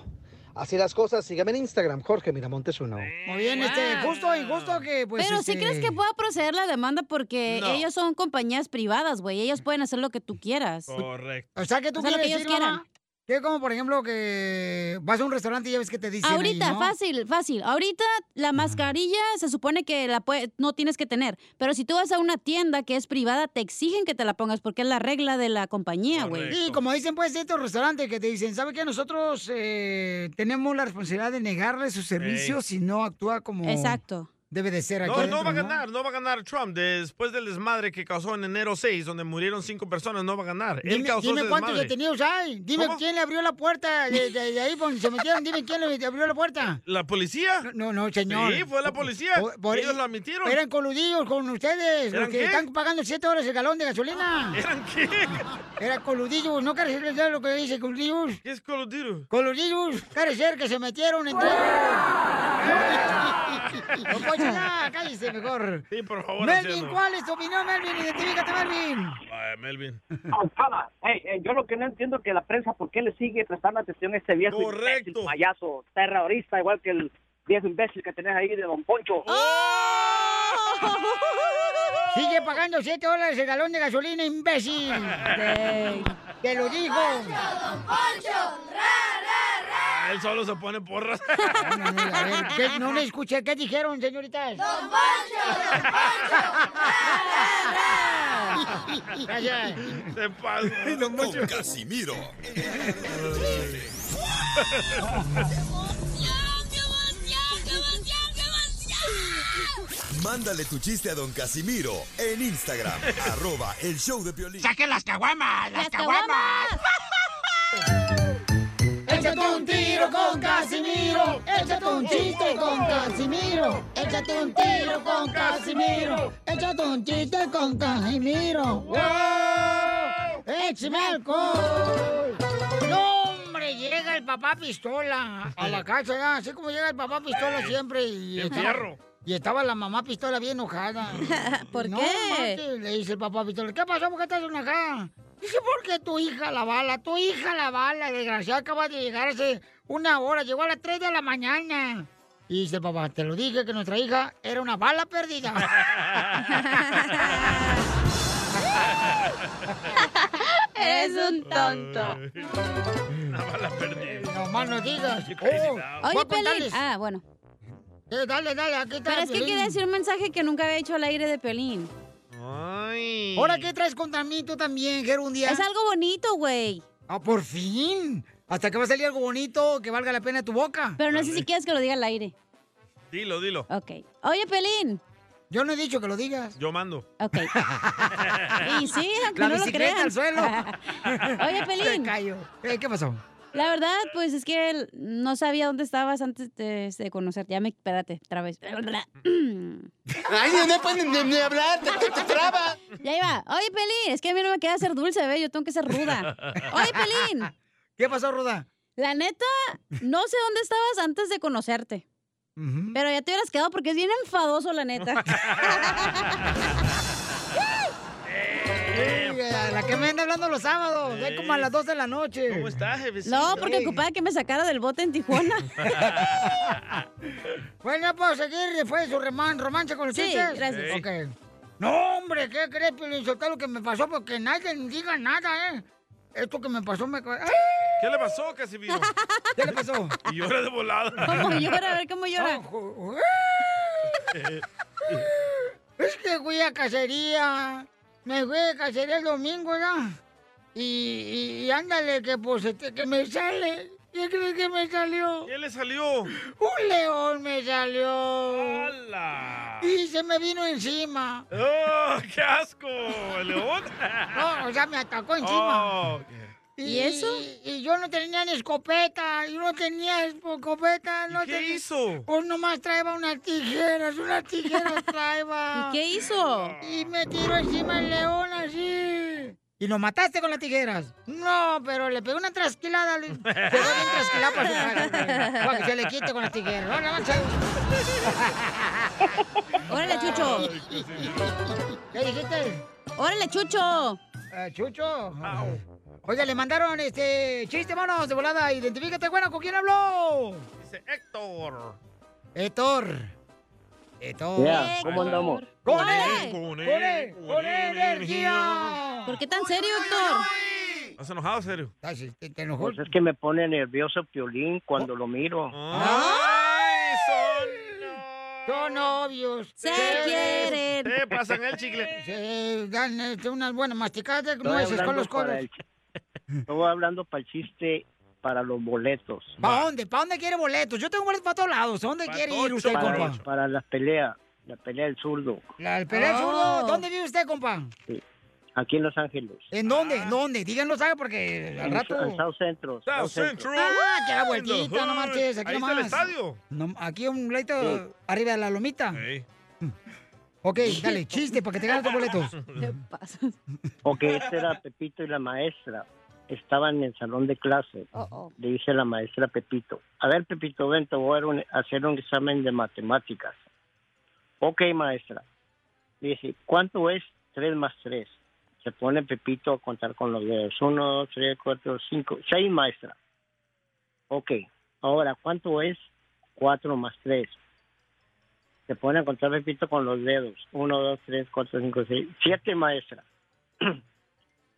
S3: Así las cosas, sígame en Instagram, Jorge Miramontes uno.
S1: Muy bien, este, justo y justo que pues.
S10: Ah. Pero
S1: este,
S10: sí crees que pueda proceder la demanda porque
S1: No.
S10: ellos son compañías privadas, güey. Ellos pueden hacer lo que tú quieras.
S2: Correcto.
S1: O sea, que tú
S10: O sea, lo
S1: quieres
S10: que ellos
S1: decir, mamá,
S10: quieran.
S1: que como por ejemplo que vas a un restaurante y ya ves que te dicen ahí,
S10: Ahorita,
S1: ¿no?
S10: fácil, fácil. Ahorita la mascarilla se supone que la pue- no tienes que tener. Pero si tú vas a una tienda que es privada, te exigen que te la pongas porque es la regla de la compañía, güey.
S1: Y como dicen pues estos restaurantes que te dicen, ¿sabe qué? Nosotros eh, tenemos la responsabilidad de negarle sus servicios si no actúa como
S10: Exacto.
S1: debe de ser. Aquí
S2: No,
S1: adentro,
S2: no va a ganar, no va a ganar Trump. Después del desmadre que causó en enero 6, donde murieron cinco personas, no va a ganar. Él
S1: Dime,
S2: causó
S1: dime
S2: ese
S1: cuántos
S2: desmadre.
S1: detenidos hay. Dime
S2: ¿Cómo?
S1: quién le abrió la puerta de, de- de ahí por donde se metieron. Dime quién le abrió la puerta.
S2: ¿La policía?
S1: No, no, señor.
S2: Sí, fue la policía.
S1: Por- por-
S2: Ellos lo admitieron.
S1: Eran coludidos con ustedes.
S2: ¿Eran
S1: los que
S2: qué?
S1: están pagando 7 horas el galón de gasolina.
S2: *laughs* ¿Eran qué?
S1: Eran coludillos. ¿No quieres decir lo que dice coludillos?
S2: ¿Qué es coludillo?
S1: Coludillos. Quiere ser que se metieron
S2: *laughs*
S1: entre ellos. *laughs* No, Poncho,
S2: *laughs*
S1: ya, cállese mejor.
S2: Sí, por favor.
S1: Melvin,
S2: anciano.
S1: ¿cuál es tu opinión, Melvin? Identifícate, Melvin.
S2: Ay, Melvin. *laughs*
S19: Pausada. Ey, ey, yo lo que no entiendo es que la prensa, ¿por qué le sigue prestando atención a este viejo
S2: Correcto.
S19: imbécil, payaso, terrorista, igual que el viejo imbécil que tenés ahí de Don Poncho?
S1: Oh. Sigue pagando 7 dólares el galón de gasolina, imbécil. Te lo digo.
S2: Ah, Él solo se pone
S1: *laughs*
S2: porras.
S1: A ver, ¿qué? no le escuché. ¿Qué dijeron, señoritas? ¡Don *laughs* Gracias.
S2: Se pasa.
S9: *laughs* Don Casimiro. Mándale tu chiste a don Casimiro en Instagram, arroba el show de violín.
S5: ¡Saquen las caguamas! ¡Las, caguamas!
S1: Échate un tiro con Casimiro. Échate un chiste con Casimiro. Échate un tiro con
S13: *laughs*
S1: Casimiro. Échate un chiste con Casimiro. ¡Wow! Eh, ¡Échame alcohol! ¡No, hombre! Llega el papá pistola a la casa, ¿verdad? así como llega el papá pistola siempre. Y
S5: Bien
S1: estaba-
S5: fierro.
S1: Y estaba la mamá pistola bien enojada.
S5: *laughs* ¿Por
S1: No
S5: qué?
S1: marches, le dice el papá pistola. ¿Qué pasó? ¿Por qué estás enojada? Dice, porque tu hija la bala, tu hija la bala, desgraciada, acaba de llegar hace una hora, llegó a las 3 de la mañana. Y dice, papá, te lo dije que nuestra hija era una bala perdida.
S10: Eres un tonto.
S1: *laughs* No más no digas. Oh, voy
S10: Oye,
S1: a contarles.
S10: Pelín. Ah, bueno.
S1: dale, dale, aquí está
S10: Pero es que
S1: Piolín.
S10: quería decir un mensaje que nunca había hecho al aire de Pelín.
S13: *laughs*
S1: Ahora, ¿qué traes contra mí tú también, Ger, un día?
S10: Es algo bonito, güey.
S1: Ah, por fin. Hasta que va a salir algo bonito que valga la pena tu boca.
S10: Pero no sé si quieres que lo diga al aire.
S2: Dilo, dilo.
S10: Ok. Oye, Pelín.
S1: Yo no he dicho que lo digas.
S2: Yo mando. *laughs*
S1: *laughs*
S10: Ok. Y sí, aunque
S1: La
S10: no lo
S1: bicicleta
S10: crean.
S1: al suelo.
S10: *laughs* Oye, Pelín.
S1: Te callo. Eh, ¿Qué pasó?
S10: La verdad, pues es que el- no sabía dónde estabas antes de, de conocerte. Ya me, espérate, otra
S5: *clears throat*
S10: vez.
S5: ¡Ay, no pueden ni,
S1: *laughs*
S5: hablar! ¡Te, traba!
S10: Ya iba. Oye, Pelín, es que a mí no me queda ser dulce, ¿ve? Yo tengo que ser ruda. Oye, Pelín.
S1: *laughs* ¿Qué pasó, ruda?
S10: La neta, no sé dónde estabas antes de conocerte. Pero ya te hubieras quedado porque es bien enfadoso, la neta.
S1: *laughs* Sí, a la que me anda hablando los sábados, es
S2: Eh.
S1: como a las 2 de la noche. ¿Cómo
S2: estás,
S10: No, porque ocupaba que me sacara del bote en Tijuana.
S1: *laughs* Bueno, ya puedo seguir después de su reman- romance con los
S10: Sí,
S1: chistes?
S10: gracias. Sí.
S1: Ok. No, hombre, ¿qué crees, Piolín? Soltá lo que me pasó porque nadie diga nada, ¿eh? Esto que me pasó me... ¡Ay!
S2: ¿Qué le pasó,
S1: *laughs*
S2: Casimiro?
S1: ¿Qué le
S2: *laughs*
S1: pasó?
S2: Y llora
S10: *laughs*
S2: de volada.
S10: cómo
S2: llora. Eh,
S1: Es que fui a cacería. Me fui a cacería el domingo, ¿ya? Y, y- y ándale, que pues este, que me sale. ¿Qué crees que me salió?
S2: ¿Qué le salió?
S1: Un león me salió. Y se me vino encima.
S2: ¡Oh, qué asco! ¿El león?
S1: No, o sea, me atacó Oh, encima.
S2: Oh, ok.
S10: ¿Y eso?
S1: Y, y yo no tenía ni escopeta, yo no tenía escopeta, no
S2: qué
S1: tenía-
S2: hizo?
S1: Pues nomás traeba unas tijeras,
S10: *laughs*
S1: unas tijeras traeba.
S10: ¿Y qué hizo?
S1: Y me tiró encima el león así. ¿Y lo mataste con las tijeras? No, pero le pegué una
S10: *laughs*
S1: trasquilada. le- Quedó bien trasquilada para, su- para- para que se le quite con las tijeras. Ahora, avanza.
S10: *laughs* Órale, Chucho.
S1: ¿Qué dijiste?
S10: Órale, Chucho.
S1: Ah, Chucho. Oiga, le mandaron este chiste, manos, de volada. Identifícate, bueno, ¿con quién habló?
S2: Dice Héctor.
S1: Héctor. Héctor.
S2: Yeah, ¿cómo andamos?
S1: ¡Con
S2: Con
S1: él!
S2: él,
S1: ¡Con
S2: con él,
S1: él!
S2: con
S1: ¡Con
S2: él,
S1: energía!
S10: ¿Por qué tan serio, Héctor?
S2: ¿Has enojado, serio?
S1: ¿Te,
S19: Pues es que me pone nervioso Piolín cuando lo miro.
S1: Ah,
S2: ¡Ay, son!
S1: Son novios.
S2: Se quieren. Se pasan el chicle.
S1: Se dan este, unas buenas masticadas de
S19: Estoy
S1: nueces con
S19: hablando
S1: los
S19: para
S1: codos.
S19: el ch- Estoy hablando para el chiste para los boletos.
S1: ¿Para dónde? ¿Para dónde quiere boletos? Yo tengo boletos para todos lados. ¿A dónde quiere ir usted,
S19: para,
S1: compa?
S19: para la pelea, la pelea del zurdo. Ah.
S1: ¿La El pelea zurdo, ¿dónde vive usted, compa?
S19: Aquí en Los Ángeles.
S1: ¿En dónde? ¿En dónde? Díganos, ¿sabe? Porque al
S19: Ah. En-
S1: rato...
S19: En South Centro.
S1: South Central. Ah, que la vueltita, no marches, aquí
S2: Ahí está
S1: nomás.
S2: el estadio.
S1: No, aquí un leito
S2: Sí.
S1: arriba de la lomita. Ok, dale, chiste, para que te ganes los boletos.
S19: *laughs* Ok, este era Pepito y la maestra. Estaban en el salón de clase. Le dice la maestra a Pepito, a ver Pepito, ven, te voy a dar un- hacer un examen de matemáticas. Ok, maestra. Le dice, ¿cuánto es 3 más 3? Se pone Pepito a contar con los dedos. 1, 2, 3, 4, 5, 6, maestra. Ok, ahora, ¿cuánto es 4 más 3? Se pone a contar Pepito con los dedos. 1, 2, 3, 4, 5, 6, 7, maestra.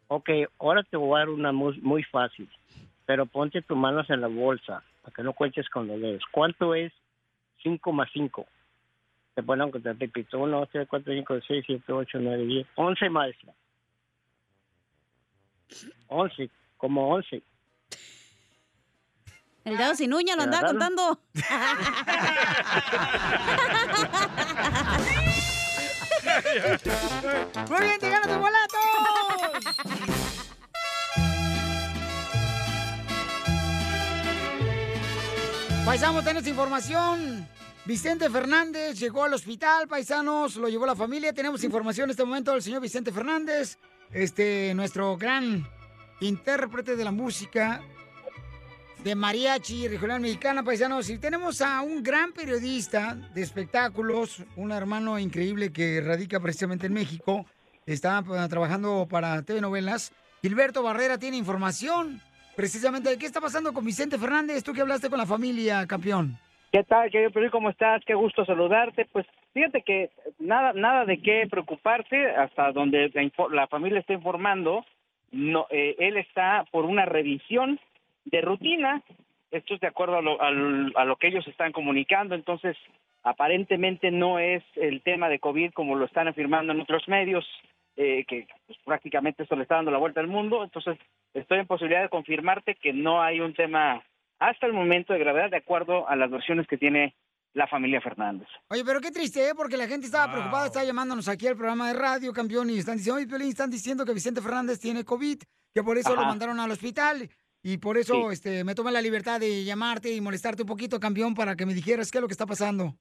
S19: Ok, ahora te voy a dar una muy, muy fácil, pero ponte tus manos en la bolsa para que no cuentes con los dedos. ¿Cuánto es 5 más 5? Te ponen a contar, Pepito. 1, 2, 3, 4, 5, 6, 7, 8, 9, 10, 11, maestra. 11, como 11.
S10: El dedo sin uña lo andaba
S19: ¿Verdad?
S10: contando.
S1: Muy bien, te ganas tu boleto. Paisanos, tenemos información. Vicente Fernández llegó al hospital, paisanos, lo llevó la familia. Tenemos información en este momento del señor Vicente Fernández, este, nuestro gran intérprete de la música de mariachi regional mexicana, paisanos. Y tenemos a un gran periodista de espectáculos, un hermano increíble que radica precisamente en México. Está eh, trabajando para TV Novelas. Gilberto Barrera tiene información precisamente de qué está pasando con Vicente Fernández, tú que hablaste con la familia, campeón.
S15: ¿Qué tal, querido Piolín? ¿Cómo estás? Ah, Qué gusto saludarte. Pues fíjate que nada, nada de qué preocuparse hasta donde la, info- la familia está informando. No, eh, él está por una revisión de rutina. Esto es de acuerdo a lo, a lo- a lo que ellos están comunicando. Entonces, aparentemente no es el tema de COVID como lo están afirmando en otros medios, eh, que pues, prácticamente esto le está dando la vuelta al mundo. Entonces, estoy en posibilidad de confirmarte que no hay un tema hasta el momento de gravedad de acuerdo a las versiones que tiene la familia Fernández.
S1: Oye, pero qué triste, ¿eh? porque la gente estaba preocupada, estaba llamándonos aquí al programa de radio, campeón, y están diciendo, oye, Piolín, están diciendo que Vicente Fernández tiene COVID, que por eso lo
S15: Ajá.
S1: mandaron al hospital. Y por eso
S15: Sí.
S1: este, me tomé la libertad de llamarte y molestarte un poquito, campeón, para que me dijeras qué es lo que está pasando.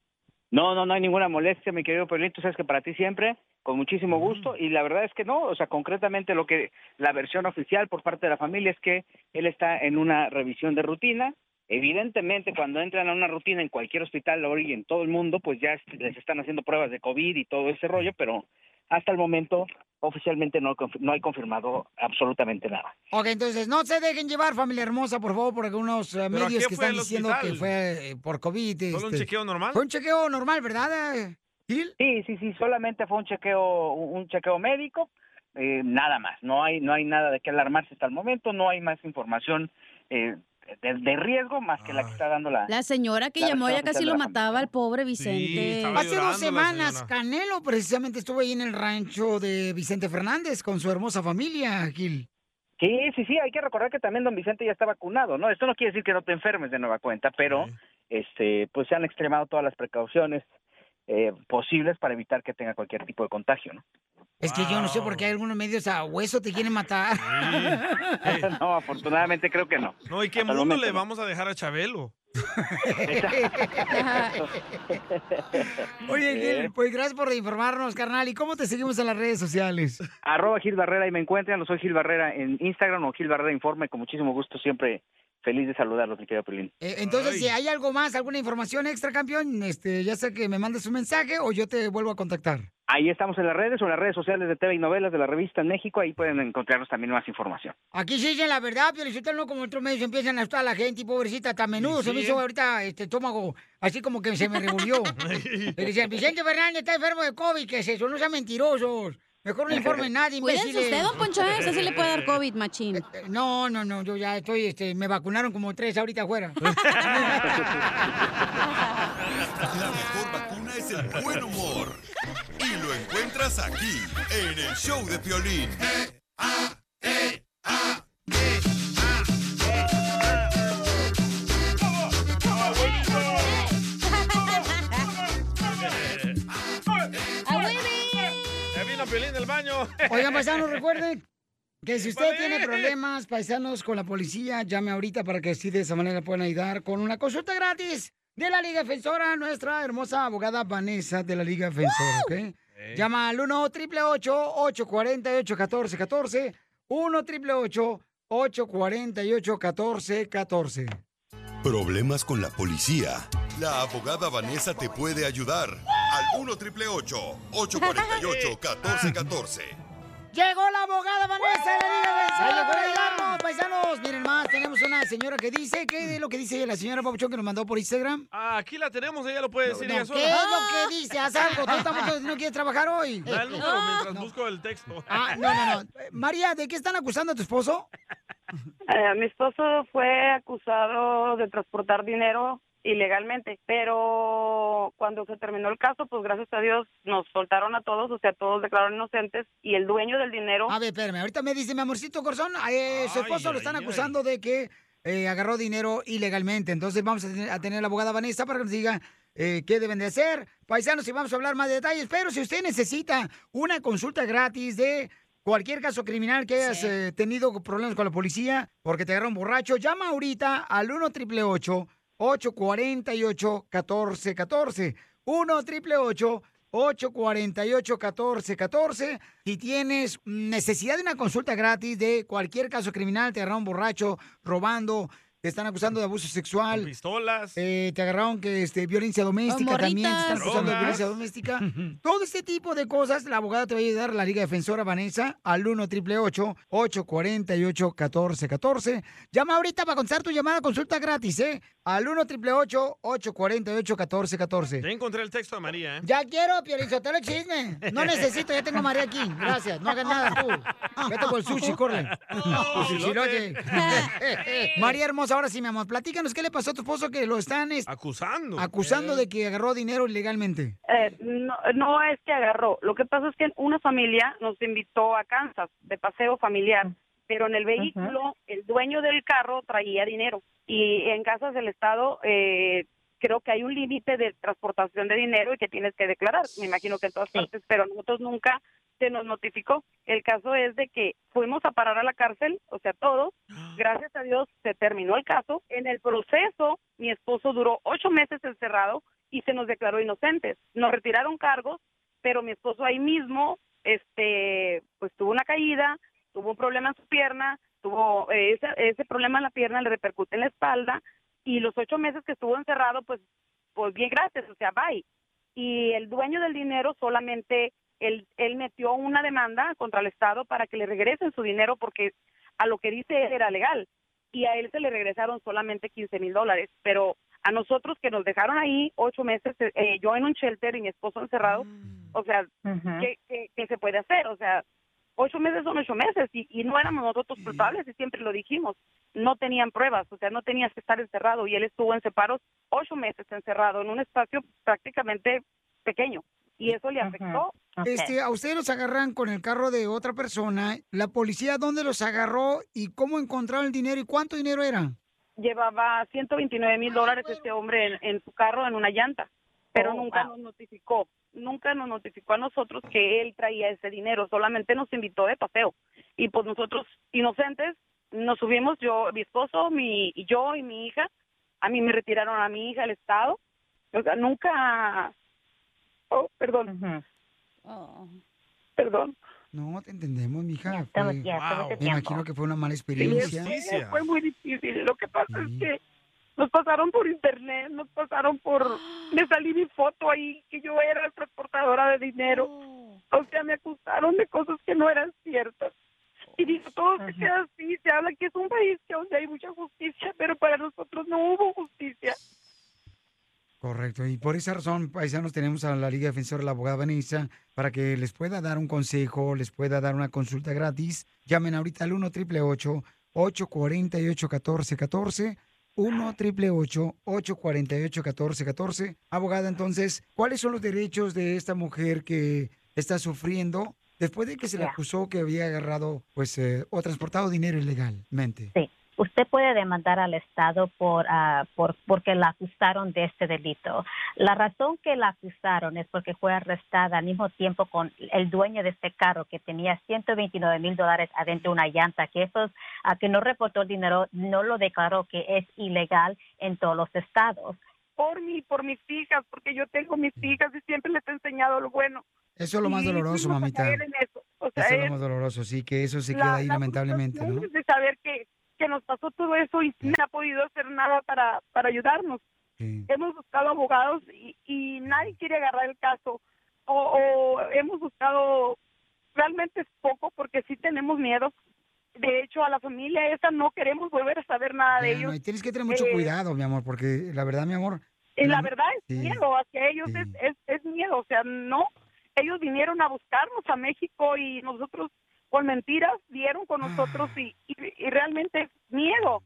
S15: No, no, no hay ninguna molestia, mi querido Piolín. Tú sabes que para ti siempre, con muchísimo gusto. Y la verdad es que no, o sea, concretamente lo que la versión oficial por parte de la familia es que él está en una revisión de rutina. Evidentemente, cuando entran a una rutina en cualquier hospital ahora y en todo el mundo, pues ya est- les están haciendo pruebas de COVID y todo ese rollo, pero hasta el momento oficialmente no, confi- no hay confirmado absolutamente nada.
S1: Ok, entonces no se dejen llevar, familia hermosa, por favor, por algunos eh,
S15: ¿Pero a
S1: medios
S15: qué
S1: que
S15: fue
S1: están
S15: al
S1: diciendo
S15: hospital?
S1: que fue eh, por COVID.
S15: ¿Solo un
S1: este.
S15: chequeo normal?
S1: Fue un chequeo normal, ¿verdad? eh?
S15: Sí, sí, sí, solamente fue un chequeo, un chequeo médico, eh, nada más. No hay, no hay nada de qué alarmarse hasta el momento, no hay más información eh, de, de riesgo más que la que está dando la.
S10: La señora que
S15: La
S10: llamó ya
S15: versión
S10: casi
S15: oficial
S10: lo
S15: de la
S10: mataba al pobre Vicente.
S15: estaba
S1: Hace dos
S15: llorando la
S1: semanas,
S15: señora.
S1: Canelo precisamente estuvo ahí en el rancho de Vicente Fernández con su hermosa familia, Gil.
S15: Sí, sí, sí, hay que recordar que también don Vicente ya está vacunado, ¿no? Esto no quiere decir que no te enfermes de nueva cuenta, pero este, pues se han extremado todas las precauciones eh, posibles para evitar que tenga cualquier tipo de contagio, ¿no?
S1: Es que yo no sé por qué hay algunos medios a hueso te quieren matar.
S15: *laughs* no, afortunadamente creo que no.
S2: No, ¿y qué
S15: Hasta el
S2: mundo
S15: momento
S2: le
S15: no.
S2: vamos a dejar a Chabelo?
S1: *laughs* Oye,
S15: Sí.
S1: Gil, pues gracias por informarnos, carnal. ¿Y cómo te seguimos en las redes sociales?
S15: Arroba Gil Barrera y me encuentran, soy Gil Barrera en Instagram o Gil Barrera Informe, con muchísimo gusto, siempre feliz de saludarlos, mi querido Pelín.
S1: Eh, Entonces, si hay algo más, alguna información extra, campeón, este, ya sea que me mandes un mensaje o yo te vuelvo a contactar.
S15: Ahí estamos en las redes o en las redes sociales de TV y Novelas de la revista en México, ahí pueden encontrarnos también más información.
S1: Aquí sí dicen la verdad, pero no como otros medios empiezan a asustar a la gente y pobrecita, tan menudo
S15: sí,
S1: se me
S15: ¿eh?
S1: hizo ahorita este estómago, así como que se me
S15: *laughs*
S1: revolvió. Pero dicen, Vicente Fernández está enfermo de COVID, ¿qué es eso? No sean mentirosos. Mejor no informe nadie,
S10: Cuídense
S1: imbéciles.
S10: usted, don Poncho, ¿eh? Usted sí le puede
S1: *laughs*
S10: dar
S1: COVID, machín. No, no, no, yo ya estoy, este, me vacunaron como tres ahorita
S15: *laughs*
S1: afuera.
S9: La mejor vacuna es el buen humor. Y lo encuentras aquí, en el show de Piolín.
S1: *laughs*
S2: Ya vino Piolín del baño.
S1: Oigan,
S2: *laughs*
S1: paisanos, recuerden que si usted tiene problemas, paisanos, con la policía, llame ahorita para que así de esa manera puedan ayudar con una consulta gratis de la Liga Defensora, nuestra hermosa abogada Vanessa de la Liga Defensora, ¿ok? Llama al 1 888 848 1414 1 888 848 1414
S9: Problemas con la policía. La abogada Vanessa te puede ayudar. Al 1 848 1414
S1: Llegó la abogada Vanessa de la Liga Defensora. Llegó a ayudarnos, paisanos. Miren más, tenemos una señora que dice, ¿qué es lo que dice la señora Papuchón que nos mandó por Instagram?
S2: Ah, aquí la tenemos, ella lo puede decir
S1: No,
S2: ella sola.
S1: ¿Qué es lo que dice? Haz algo. Tú
S2: *laughs*
S1: estamos- no quieres trabajar hoy.
S2: Da el número mientras busco el texto.
S1: Eh, Ah, no, no, no. Eh, María, ¿de qué están acusando a tu esposo?
S27: Eh, mi esposo fue acusado de transportar dinero ilegalmente, pero cuando se terminó el caso, pues gracias a Dios nos soltaron a todos, o sea, todos declararon inocentes y el dueño del dinero...
S1: A ver, espérame. Ahorita me dice mi amorcito corazón, eh, su esposo lo están acusando de que eh, agarró dinero ilegalmente. Entonces vamos a tener, a tener a la abogada Vanessa para que nos diga eh, qué deben de hacer. Paisanos, y vamos a hablar más de detalles. Pero si usted necesita una consulta gratis de cualquier caso criminal que hayas eh, tenido problemas con la policía porque te agarró un borracho, llama ahorita al 1 888 848 1414 1 888 848-1414. Si tienes necesidad de una consulta gratis de cualquier caso criminal, te agarraron borracho, robando, te están acusando de abuso sexual. eh,
S2: pistolas.
S1: te agarraron que este, violencia doméstica también, te están
S2: morritas.
S1: acusando de
S2: Drogas.
S1: violencia doméstica. Todo este tipo de cosas, la abogada te va a ayudar, la Liga Defensora Vanessa, al 1 888 848 1414 Llama ahorita para contestar tu llamada, consulta gratis, ¿eh? Al 1 888 848 1414
S2: Ya encontré el texto de María, ¿eh?
S1: ya quiero, Piolichotelo, chisme. No necesito, ya tengo a María aquí. Gracias, no hagas nada tú. Vete por el sushi, corre. Por sushirote. *laughs* María hermosa, ahora sí, mi amor, platícanos qué le pasó a tu esposo que lo están es-
S2: acusando.
S1: Acusando de que agarró dinero ilegalmente.
S27: Eh, no, no es que agarró. Lo que pasa es que una familia nos invitó a Kansas de paseo familiar, pero en el vehículo el dueño del carro traía dinero y en casas del estado eh, creo que hay un límite de transportación de dinero y que tienes que declarar. Me imagino que en todas partes, pero nosotros nunca se nos notificó. El caso es de que fuimos a parar a la cárcel, o sea, todos. Gracias a Dios se terminó el caso. En el proceso, mi esposo duró ocho meses encerrado y se nos declaró inocentes. Nos retiraron cargos, pero mi esposo ahí mismo, este, pues tuvo una caída, tuvo un problema en su pierna, tuvo eh, ese, ese problema en la pierna, le repercute en la espalda y los ocho meses que estuvo encerrado, pues, pues bien gracias, o sea, bye. Y el dueño del dinero solamente, él, él metió una demanda contra el Estado para que le regresen su dinero porque a lo que dice él era legal y a él se le regresaron solamente 15 mil dólares, pero a nosotros que nos dejaron ahí ocho meses, eh, yo en un shelter y mi esposo encerrado, o sea, ¿qué, qué, qué se puede hacer? O sea, ocho meses son ocho meses y, y no éramos nosotros culpables y siempre lo dijimos. No tenían pruebas, o sea, no tenías que estar encerrado y él estuvo en separos ocho meses encerrado en un espacio prácticamente pequeño y eso le afectó.
S1: Este, a ustedes los agarran con el carro de otra persona. ¿La policía dónde los agarró y cómo encontraron el dinero y cuánto dinero era?
S27: Llevaba 129 mil dólares este hombre en, en su carro en una llanta, pero
S1: Oh,
S27: nunca
S1: wow.
S27: nos notificó, nunca nos notificó a nosotros que él traía ese dinero, solamente nos invitó de paseo y pues nosotros inocentes nos subimos yo, mi esposo, mi y yo y mi hija, a mí me retiraron a mi hija al estado, o sea, nunca, oh, perdón,
S1: Oh.
S27: perdón.
S1: No, te entendemos, mija.
S27: estamos-
S1: Fue-
S27: ya estamos de
S1: Me
S27: tiempo.
S1: imagino que fue una mala
S27: Sí,
S1: experiencia.
S27: es- fue, muy difícil. Lo que pasa es que nos pasaron por internet, nos pasaron por... Me salí mi foto ahí, que yo era transportadora de dinero. O sea, me acusaron de cosas que no eran ciertas. Y digo, todo se queda así, se habla que es un país que donde hay mucha justicia, pero para nosotros no hubo justicia.
S1: Correcto, y por esa razón, paisanos, tenemos a la Liga Defensora de la Abogada Vanessa para que les pueda dar un consejo, les pueda dar una consulta gratis. Llamen ahorita al 1 888 848 1414 1 888 848 1414 Abogada, entonces, ¿cuáles son los derechos de esta mujer que está sufriendo después de que se le
S16: Ya.
S1: acusó que había agarrado pues, eh, o transportado dinero ilegalmente?
S16: Sí. Usted puede demandar al Estado por, ah, por porque la acusaron de este delito. La razón que la acusaron es porque fue arrestada al mismo tiempo con el dueño de este carro que tenía 129 mil dólares adentro de una llanta, que esos ah, que no reportó el dinero no lo declaró que es ilegal en todos los estados.
S27: Por mí, por mis hijas, porque yo tengo mis hijas y siempre les he enseñado lo bueno.
S1: Eso es lo más
S27: Y
S1: doloroso,
S27: fuimos a
S1: mamita.
S27: caer en eso. O sea,
S1: Eso es
S27: es-
S1: lo más doloroso, sí, que eso se
S27: Eh, La-
S1: queda ahí
S27: la
S1: lamentablemente, ¿no?
S27: de saber que, que nos pasó todo eso y no ha podido hacer nada para, para ayudarnos. Hemos buscado abogados y, y nadie quiere agarrar el caso. O, o hemos buscado, realmente es poco porque sí tenemos miedo. De hecho, a la familia esa no queremos volver a saber nada
S1: Ya,
S27: de ellos.
S1: Ah, no, y tienes que tener mucho
S27: Eh,
S1: cuidado, mi amor, porque la verdad, mi amor.
S27: y la
S1: no-
S27: verdad es
S1: sí.
S27: miedo hacia ellos, es, es, es miedo, o sea, no, ellos vinieron a buscarnos a México y nosotros con mentiras dieron con nosotros
S1: Ah.
S27: y, y, y realmente es miedo.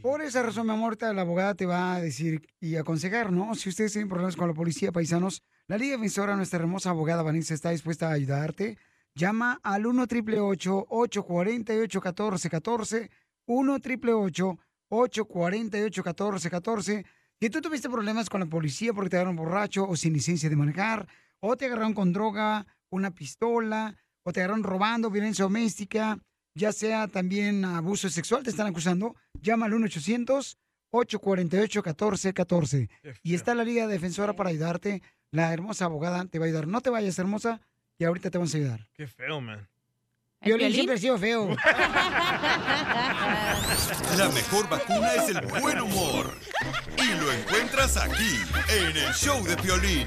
S1: Por esa razón, mi amor, te- la abogada te va a decir y aconsejar, ¿no? Si ustedes tienen problemas con la policía, paisanos, la Liga Defensora, nuestra hermosa abogada Vanessa, está dispuesta a ayudarte. Llama al 1 888 848 1414 1 888 848 1414 Que tú tuviste problemas con la policía porque te agarraron borracho o sin licencia de manejar, o te agarraron con droga, una pistola, o te agarraron robando, violencia doméstica, ya sea también abuso sexual, te están acusando, llama al 1-800-848-1414. Y está la Liga Defensora para ayudarte. La hermosa abogada te va a ayudar. No te vayas, hermosa, y ahorita te vamos a ayudar.
S2: Qué feo, man.
S1: Violín siempre ha sido feo.
S9: La mejor vacuna es el buen humor. Y lo encuentras aquí, en el show de Piolín.